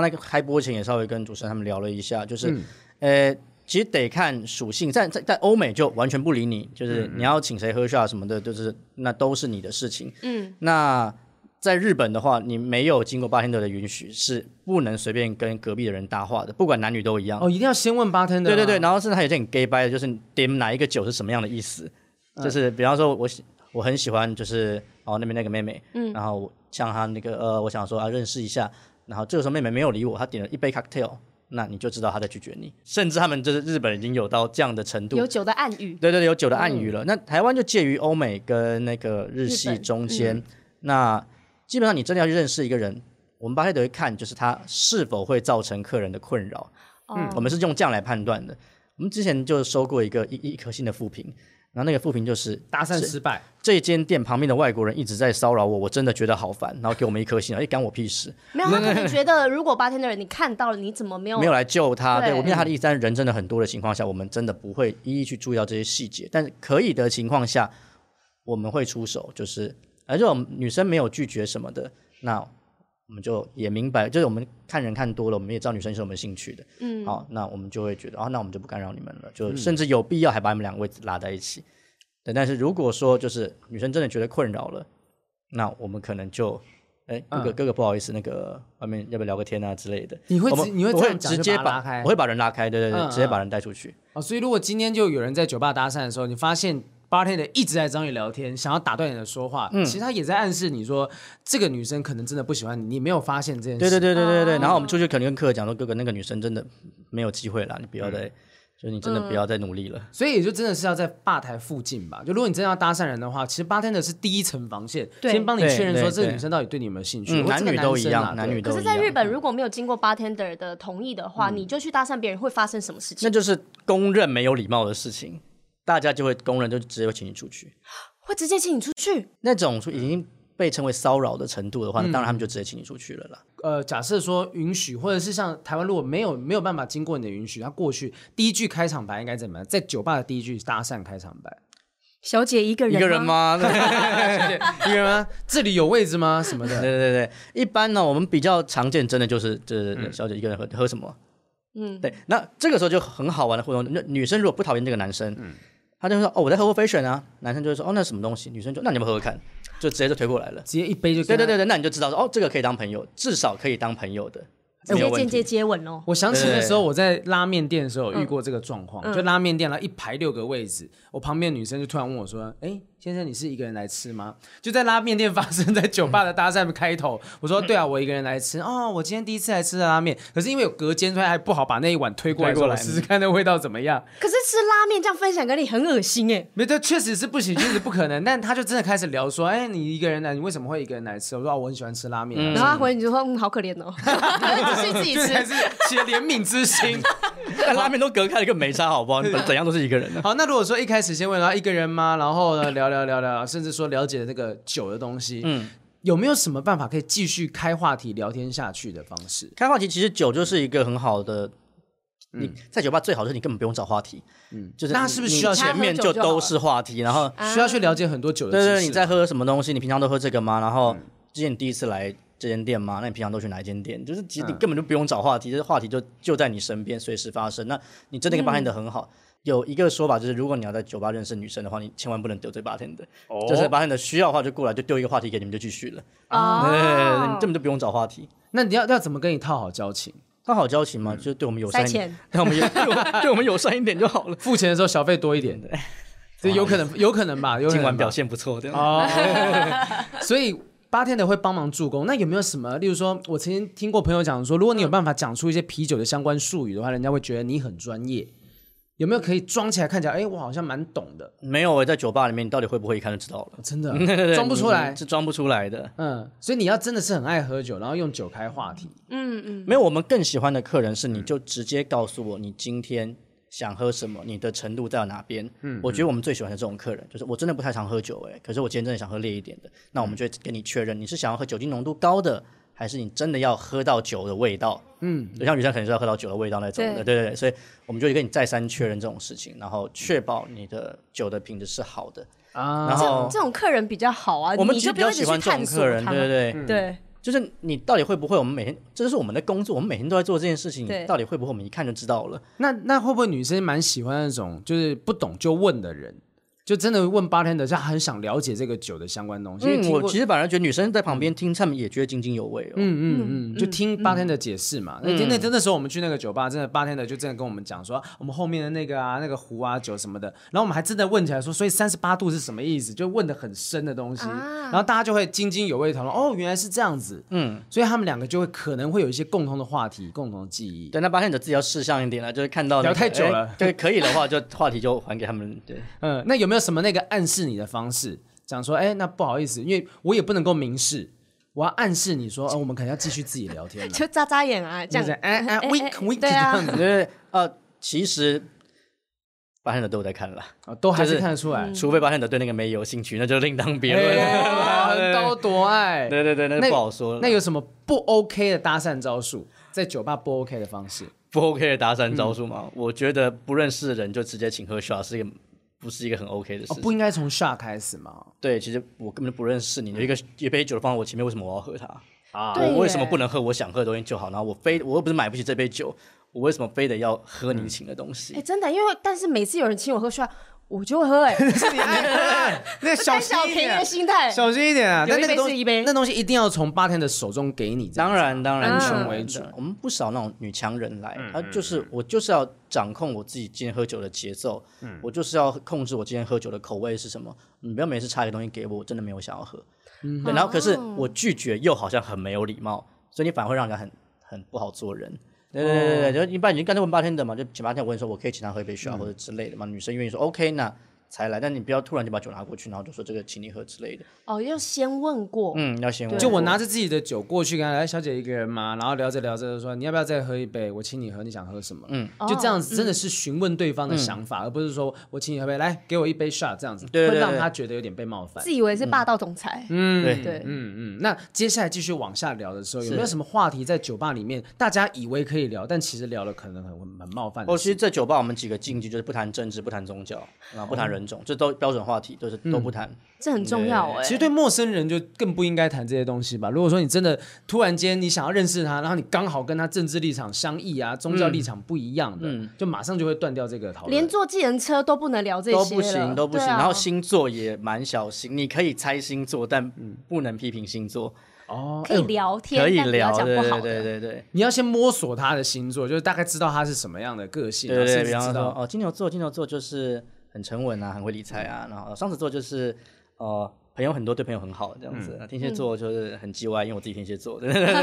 S1: 刚那个开播前也稍微跟主持人他们聊了一下，就是、呃。其实得看属性，在在在欧美就完全不理你，就是你要请谁喝下什么的，就是那都是你的事情。嗯，那在日本的话，你没有经过 bartender 的允许，是不能随便跟隔壁的人搭话的，不管男女都一样。
S2: 哦，一定要先问 bartender 吗。
S1: 对对对，然后甚至还有一件很 gay 掰的，就是你点哪一个酒是什么样的意思，就是比方说我喜我很喜欢就是哦那边那个妹妹，嗯，然后我像她那个呃，我想说啊认识一下，然后这个时候妹妹没有理我，她点了一杯 cocktail，那你就知道她在拒绝你，甚至他们就是日本已经有到这样的程度，
S3: 有酒的暗语，
S1: 对对对，有
S3: 嗯
S1: 酒的暗语了。那台湾就介于欧美跟那个日
S3: 日
S1: 系
S3: 本嗯
S1: 中间，那基本上你真的要去认识一个人，我们八天都会看，就是他是否会造成客人的困扰。
S3: 哦
S1: 嗯，我们是用这样来判断的。我们之前就收过一个一一颗星的负评，然后那个负评就是
S2: 搭讪失败，
S1: 这间店旁边的外国人一直在骚扰我，我真的觉得好烦，然后给我们一颗星，哎，干我屁事，
S3: 没有，他可能觉得如果八天的人你看到了，你怎么没有？
S1: 没有来救他。对
S3: 对
S1: 我明白他的意思，但是人真的很多的情况下，我们真的不会一一去注意到这些细节，但是可以的情况下，我们会出手，就是而且我们女生没有拒绝什么的，那。我们就也明白，就是我们看人看多了，我们也知道女生是有没有兴趣的。嗯，好，那我们就会觉得，啊，那我们就不干扰你们了，就甚至有必要还把你们两个位置拉在一起。对，但是如果说就是女生真的觉得困扰了，那我们可能就，哎，哥哥、哥哥不好意思，那个外面要不要聊个天啊之类的。
S2: 你会
S1: 我
S2: 直
S1: 们
S2: 你会
S1: 我
S2: 这
S1: 会
S2: 样讲
S1: 直
S2: 就
S1: 接
S2: 把他拉开
S1: 我会把人拉开，对对对，
S2: 嗯
S1: 直接
S2: 嗯
S1: 把人带出去。
S2: 哦，所以如果今天就有人在酒吧搭讪的时候，你发现 bartender 一直在找你聊天，想要打断你的说话，
S1: 嗯
S2: 其实他也在暗示你说这个女生可能真的不喜欢你，你没有发现这件事。
S1: 对对对对对
S3: 哦
S1: 对。然后我们出去肯定跟客人讲说，哥哥那个女生真的没有机会了，你不要再，就是你真
S3: 嗯
S1: 的不要再努力了。
S2: 所以也就真的是要在吧台附近吧。就如果你真的要搭讪人的话，其实 bartender 是第一层防线，
S3: 对
S2: 先帮你确认说
S1: 对对
S2: 这个
S1: 对
S2: 女生到底对你有没有兴趣。
S1: 嗯，
S2: 我这
S1: 男
S2: 个
S1: 女都一
S2: 生啊
S1: 样，男
S2: 对
S1: 女都
S3: 可
S1: 一
S3: 是，
S1: 样。嗯
S3: 在日本，如果没有经过 bartender 的同意的话，你就去搭讪别人，会发生什么事
S1: 那
S3: 情？
S1: 就是公认没有礼貌的事情，大家就会公认就直接会请你出去。
S3: 会直接请你出去。
S1: 那种已经被称为骚扰的程度的话，那当然他们就直接请你出去了啦。
S2: 呃，假设说允许，或者是像台湾如果没有没有办法经过你的允许，他过去第一句开场白应该怎么样？在酒吧的第一句搭讪开场 白，
S3: 小姐一个人，
S1: 一个人？吗？对
S2: 一个人吗？这里有位置吗？什么 的。
S1: 对对对，一般呢，我们比较常见，真的就是这、就是小姐一个人喝喝什么，嗯，对。那这个时候就很好玩的互动，那女生如果不讨厌这个男生，嗯，他就会说哦我在喝 fashion 啊，男生就会说哦那是什么东西，女生就那你们喝喝看，就直接就推过来了。
S2: 直接一杯就
S1: 对
S2: 跟他
S1: 对对对，那你就知道说哦这个可以当朋友，至少可以当朋友的，
S3: 直
S1: 没有
S3: 接
S1: 问
S3: 哎间接
S1: 题。
S3: 接吻哦。
S2: 我想起那
S1: 对
S2: 时候我在拉面店的时
S1: 嗯
S2: 候有遇过这个状况，就拉面店了一排六个位置，我旁边的女生就突然问我说：“哎、先生，你是一个人来吃吗？”就在拉面店发生在酒吧的搭讪 开头，我说：“对啊，我一个人来吃。哦，我今天第一次来吃的拉面，可是因为有隔间，所以还不好把那一碗推过来，
S1: 推过
S2: 说我
S1: 来
S2: 试试看那味道怎么样。”
S3: 可是吃拉面这样分享给你很恶心哎。
S2: 没，这确实是不行，确实不可能。但他就真的开始聊说：“哎、你一个人来，你为什么会一个人来吃？”我说：“哦，我很喜欢吃拉面啊。
S3: 然后他回你就说：“嗯，好可怜 哦，继续自己
S2: 就还
S3: 吃。
S2: 是起了怜悯之心。
S1: 但拉面都隔开了一个没差，好不好？怎样都是一个人啊的。
S2: 好，那如果说一开始先问他一个人吗？然后呢，聊聊聊聊，甚至说了解那个酒的东西，嗯，有没有什么办法可以继续开话题聊天下去的方式？
S1: 开话题其实酒就是一个很好的，你在酒吧最好就是你根本不用找话题，嗯，就是
S2: 那是不是
S1: 你
S2: 需要
S1: 前面就都是话题，然后
S2: 需要去了解很多酒的
S1: 对
S2: 知识吗。
S1: 对，你在喝什么东西？你平常都喝这个吗？然后之前你第一次来这间店吗？那你平常都去哪一间店？就是其实你根本就不用找话题，这话题就就在你身边，随时发生。那你真的跟 bartender 很好。有一个说法就是，如果你要在酒吧认识女生的话，你千万不能得罪 bartender，、就是 bartender 需要的话就过来，就丢一个话题给你们就继续了。
S3: 哦
S1: 对对
S3: 啊
S1: 对，哎你根本就不用找话题。
S2: 那你要要怎么跟你套好交情？
S1: 他好交情嘛，
S2: 嗯
S1: 就对我们友善一
S3: 塞
S1: 点
S3: 钱，
S1: 对我们友 对我对我们友善一点就好了。
S2: 付钱的时候小费多一点，
S1: 嗯
S2: 这有可能，有可能吧，有可
S1: 今
S2: 能吧
S1: 晚表现不错，对
S2: 哦，所以。八天的会帮忙助攻，那有没有什么？例如说，我曾经听过朋友讲说，如果你有办法讲出一些啤酒的相关术语的话，人家会觉得你很专业。有没有可以装起来看起来？哎，我好像蛮懂的，
S1: 没有我在酒吧里面，你到底会不会一看就知道了。
S2: 真的
S1: 对对对
S2: 装不出 来
S1: 你。是装不出来的。
S2: 嗯，所以你要真的是很爱喝酒，然后用酒开话题。
S3: 嗯
S1: 没有，我们更喜欢的客人是，你就直接告诉我你今天想喝什么，你的程度在哪边。嗯，我觉得我们最喜欢的这种客人，就是我真的不太常喝酒、欸，哎，可是我今天真的想喝烈一点的，那我们就会跟你确认，你是想要喝酒精浓度高的，还是你真的要喝到酒的味道？嗯，像女生肯定是要喝到酒的味道那种的，对对对，所以我们就会跟你再三确认这种事情，然后确保你的酒的品质是好的。
S2: 啊
S1: 然
S3: 这
S1: 后
S3: 种这种客人比较好啊，
S1: 哦我们
S3: 你
S1: 其实
S3: 就
S1: 比
S3: 不用
S1: 较
S3: 一
S1: 喜
S3: 直
S1: 欢
S3: 去
S1: 这种
S3: 探
S1: 客
S3: 索
S1: 人，
S3: 他
S1: 对对对。
S3: 们。对，
S1: 就是你到底会不会？我们每天这就是我们的工作，我们每天都在做这件事情，
S3: 对
S1: 你到底会不会？我们一看就知道了。
S2: 那那会不会女生蛮喜欢那种就是不懂就问的人？就真的问八天的，就很想了解这个酒的相关东西。因为
S1: 嗯，
S2: 听
S1: 我
S2: 过
S1: 其实反而觉得女生在旁边听，她们也觉得津津有味哦。嗯，
S2: 嗯嗯嗯，嗯就听八天的解释嘛。那那那那时候我们去那个酒吧，真的八天的就真的跟我们讲说，我们后面的那个啊，那个壶啊酒什么的，然后我们还真的问起来说，所以三十八度是什么意思？就问的很深的东西，然后大家就会津津有味地讨论，哦，原来是这样子。啊嗯，所以他们两个就会可能会有一些共同的话题，共同的记忆。
S1: 对，那八天者自己要适当一点了，就是看到那个、
S2: 聊太久了
S1: 哎对，可以的话就话题就还给他们。对，
S2: 嗯，那有没有什么那个暗示你的方式？讲说，哎，那不好意思，因为我也不能够明示，我要暗示你说，哦，我们可能要继续自己聊
S1: 嗯
S2: 天了。
S3: 就眨眨眼啊，这
S2: 就
S3: 样
S2: 是哎哎
S3: 哎
S2: ，week
S3: 哎
S2: week 这
S3: 对啊
S2: 样子，
S1: 就是呃，其实八天的都有在看了，
S2: 哦都还
S1: 就是是
S2: 看得出来。
S1: 除非八天的对那个没有兴趣，那就另当别论了。
S2: 哎高多 爱。
S1: 对对对，那
S2: 那
S1: 就不好说了。
S2: 那有什么不 OK 的搭讪招数？在酒吧不 OK 的方式？
S1: 不 OK 的搭讪招数吗？我觉得不认识的人就直接请喝 shot 是一个不是一个很 OK 的事
S2: 哦，
S1: 情。
S2: 不应该从 shot 开始吗？
S1: 对，其实我根本就不认识你，有一个一杯酒放在我前面，为什么我要喝它？
S2: 啊
S3: 对
S1: 我为
S3: 耶
S1: 什么不能喝我想喝的东西就好？然后我非我又不是买不起这杯酒，我为什么非得要喝你请的东西？
S3: 哎，真的，因为但是每次有人请我喝出来，我就会喝，哎，
S2: 是你爱那小
S3: 贪
S2: 心
S3: 小
S2: 一
S3: 便宜
S2: 点
S3: 的，心态，
S2: 小心一点啊！
S3: 有
S2: 但
S3: 一
S2: 那个
S3: 杯
S2: 东
S3: 是
S2: 西
S3: 一杯
S2: 那东西一定要从八天的手中给你，这样
S1: 当然，当然，嗯
S3: 安
S1: 当
S3: 全
S1: 然
S2: 为主
S1: 嗯的我们不少那种女强人来，她就是我就是要掌控我自己今天喝酒的节奏，我就是要控制我今天喝酒的口味是什么。你不要每次插一个东西给我，我真的没有想要喝。对然后可是我拒绝又好像很没有礼貌，所以你反而会让人家很很不好做人。对对对对对，就一般你就干脆问八天的嘛，就请八天我问说我可以请他喝一杯水啊或者之类的嘛，女生愿意说 OK 那才来，但你不要突然就把酒拿过去，然后就说这个请你喝之类的。
S3: 哦，要先问过，
S1: 嗯，要先问。
S2: 就我拿着自己的酒过去跟他来，小姐一个人吗？然后聊着聊着就说你要不要再喝一杯？我请你喝，你想喝什么？嗯，就这样子，真的是询问对
S1: 嗯
S2: 方的想法，而不是说我请你喝杯，来给我一杯 shot 这样子，
S1: 对对对
S2: 会让他觉得有点被冒犯
S3: 自。以为是霸道总裁，
S2: 嗯
S1: 对
S3: 对
S2: 嗯嗯。那接下来继续往下聊的时候，有
S1: 是
S2: 没有什么话题在酒吧里面大家以为可以聊，但其实聊了可能很很冒犯的
S1: 哦，其
S2: 事？
S1: 实在酒吧我们几个禁忌就是不谈政治、不谈宗教，然后不
S3: 哦
S1: 谈人种，这都标准话题，就是
S3: 嗯
S1: 都不谈。
S3: 这很重要哎。
S2: 其实对陌生人就更不应该谈这些东西吧。如果说你真的突然间你想要认识他，然后你刚好跟他政治立场相异啊、宗
S1: 嗯
S2: 教立场不一样的，就马上就会断掉这个讨论。
S3: 连坐计程车都不能聊这些
S1: 都
S3: 了
S1: 不行，都不行。
S3: 对啊
S1: 然后星座也蛮小心，你可以猜星座，但不能批评星座，
S2: 哦，
S3: 可以聊嗯天，
S1: 可以
S3: 但不要
S1: 聊。
S3: 讲
S1: 对
S3: 不好
S1: 对
S3: 的。
S1: 对对对
S2: 你要先摸索他的星座，就是大概知道他是什么样的个性，
S1: 对
S2: 然后
S1: 对，
S2: 甚
S1: 比
S2: 至
S1: 方
S2: 知
S1: 说
S2: 道
S1: 哦，金牛座，金牛座就是很沉稳啊，很会理财啊。
S3: 嗯
S1: 然后双子座就是呃，朋友很多，对朋友很好这样
S3: 嗯
S1: 子。天蝎座就是很叽歪，因为我自己天蝎座。对对对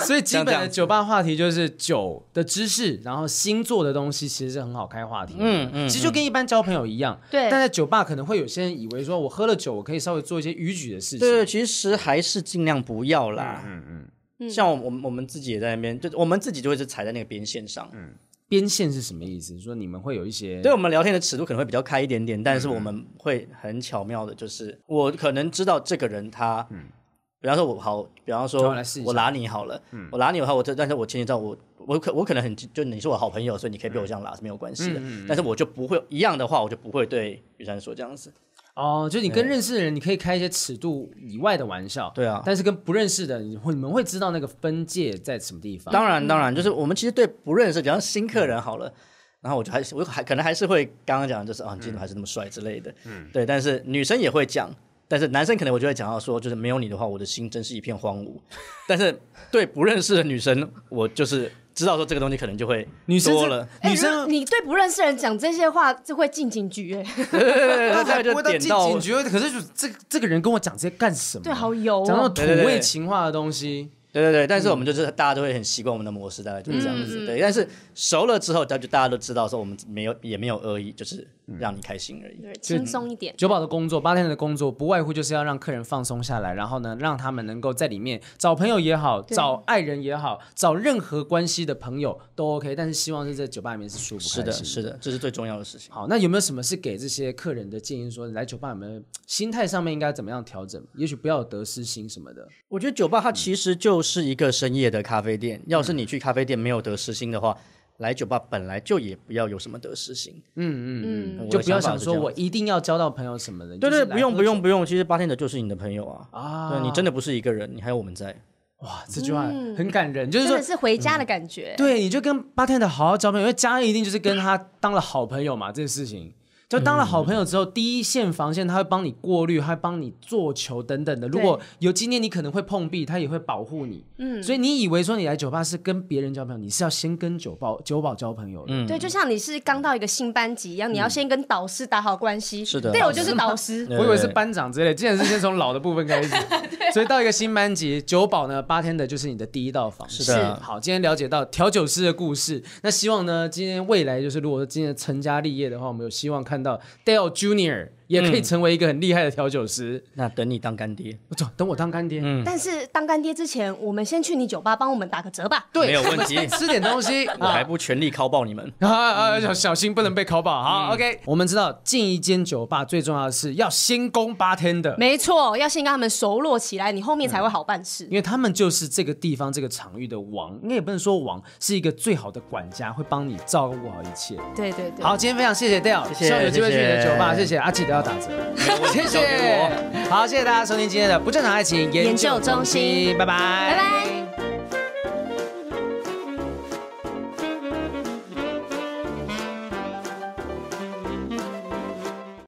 S2: 所以基本
S1: 像这
S2: 的
S1: 样子
S2: 酒吧话题就是酒的知识，然后星座的东西其实是很好开话题的。嗯嗯，其实就跟一般交朋友一样。
S3: 对
S2: 但在酒吧可能会有些人以为说我喝了酒，我可以稍微做一些逾矩的事情。
S1: 对对，其实还是尽量不要啦。嗯嗯。像我们我们我们自己也在那边，就我们自己就会是踩在那个边线上。嗯，
S2: 边线是什么意思？你说你们会有一些
S1: 对我们聊天的尺度可能会比较开一点点，但
S2: 嗯
S1: 是我们会很巧妙的，就是我可能知道这个人他，比方说我好，比方
S2: 好
S1: 说
S2: 嗯来试一下嗯
S1: 我拉你好了，我拉你的话，我这但是我前提知道我我可我可能很就你是我好朋友，所以你可以被我这样
S2: 嗯
S1: 拉是没有关系的，但是我就不会一样的话，我就不会对雨珊说这样子。
S2: 哦，就你跟认识的人，你可以开一些尺度以外的玩笑，
S1: 对啊
S2: 但是跟不认识的，你会你们会知道那个分界在什么地方。
S1: 当然，当
S2: 嗯
S1: 然，就是我们其实对不认识，比方新客人好了，然后我就还是我还可能还是会刚刚讲的就是啊，你今天还是那么帅之类的，嗯，对。但是女生也会讲，但是男生可能我就会讲到啊说，就是没有你的话，我的心真是一片荒芜。 但是对不认识的女生，我就是知道说这个东西可能就会
S2: 女生
S1: 多
S2: 是
S1: 了，
S3: 哎
S2: 女
S3: 如果
S2: 生
S3: 你对不认识的人讲这些话，就会进警局哎，
S1: 对
S2: 那
S1: 对
S2: 还
S1: 对，
S2: 不
S1: 就
S2: 会到
S1: 点
S2: 进
S1: 到
S2: 警局，可是就这这个人跟我讲这些干什么？
S3: 对，好油
S2: 讲那
S3: 哦。
S2: 种土
S1: 对对
S2: 味
S1: 对
S2: 情话的东西。
S1: 对对对，但是我们就是大家都会很习惯我们的模式，大概就是这样
S2: 嗯
S1: 子。对，但是熟了之后，大家就大家都知道说我们没有也没有恶意，就是让你开心而已。
S2: 嗯
S3: 对轻松一点，
S2: 酒保的工作，八天的工作，不外乎就是要让客人放松下来，然后呢，让他们能够在里面找朋友也好，找爱人也好，找任何关系的朋友都 OK，但是希望是在酒吧里面是舒服
S1: 是的，
S2: 开心
S1: 是的，这是最重要的事情。
S2: 好，那有没有什么是给这些客人的建议说？来酒吧有没有心态上面应该怎么样调整？也许不要有得失心什么的。
S1: 我觉得酒吧
S2: 嗯
S1: 它其实就是一个深夜的咖啡店。要是你去咖啡店没有得失心的话，来酒吧本来就也不要有什么得失心。
S3: 嗯，
S1: 我的
S2: 就不要
S1: 想
S2: 想
S1: 法是
S2: 说
S1: 这样
S2: 我一定要交到朋友什么的。
S1: 对
S2: 就是
S1: 对，
S2: 来
S1: 不用
S2: 喝
S1: 不用不用，其实八天的就是你的朋友啊。
S2: 啊！
S1: 对你真的不是一个人，你还有我们在。
S2: 哇，这句话
S3: 嗯
S2: 很感人，就是
S3: 真
S2: 说嗯
S3: 的。是回家的感觉。
S2: 对，你就跟巴天的好好交朋友，因为家人一定就是跟他当了好朋友嘛，这件事情。就当了
S3: 嗯
S2: 好朋友之后，第一线防线他会帮你过滤，他会帮你做球等等的。如
S3: 对
S2: 果有今天你可能会碰壁，他也会保护你。嗯，所以你以为说你来酒吧是跟别人交朋友，你是要先跟酒保酒保交朋友的。
S3: 对，就像你是刚到一个新班级一样，你要先跟导师打好关系。
S1: 是的
S3: 对我就是导师。
S1: 对
S2: 我以为是班长之类的，竟然是先从老的部分开始。所以到一个新班级，酒保呢，八天的就是你的第一道防
S1: 是的
S2: 好，今天了解到调酒师的故事，那希望呢，今天未来就是如果说今天成家立业的话，我们有希望看到 Dale Junior。也可以成为一个很厉害的调酒师。
S1: 那等你当干爹，
S2: 走，等我当干爹。
S3: 但是当干爹之前，我们先去你酒吧帮我们打个折吧。
S2: 对，
S1: 没有问 题
S2: 吃点东西，
S1: 我还
S2: 啊
S1: 不全力拷爆你们。
S2: 啊啊！小小心不能被拷爆。
S1: 嗯
S2: 好，OK。我们知道进一间酒吧最重要的是要先攻 bartender，
S3: 没错，要先跟他们熟络起来，你后面才会好办事。
S2: 因为他们就是这个地方这个场域的王，应该也不能说王，是一个最好的管家，会帮你照顾好一切。
S3: 对对对，
S2: 好，今天非常谢谢 Dale，
S1: 谢谢
S2: 希望有机会去你的
S1: 谢谢
S2: 酒吧，谢谢啊，记得要打折，谢
S1: 交给
S2: 谢。好，谢谢大家收听今天的不正常爱情
S3: 研究中心
S2: 拜拜，拜
S3: 拜拜。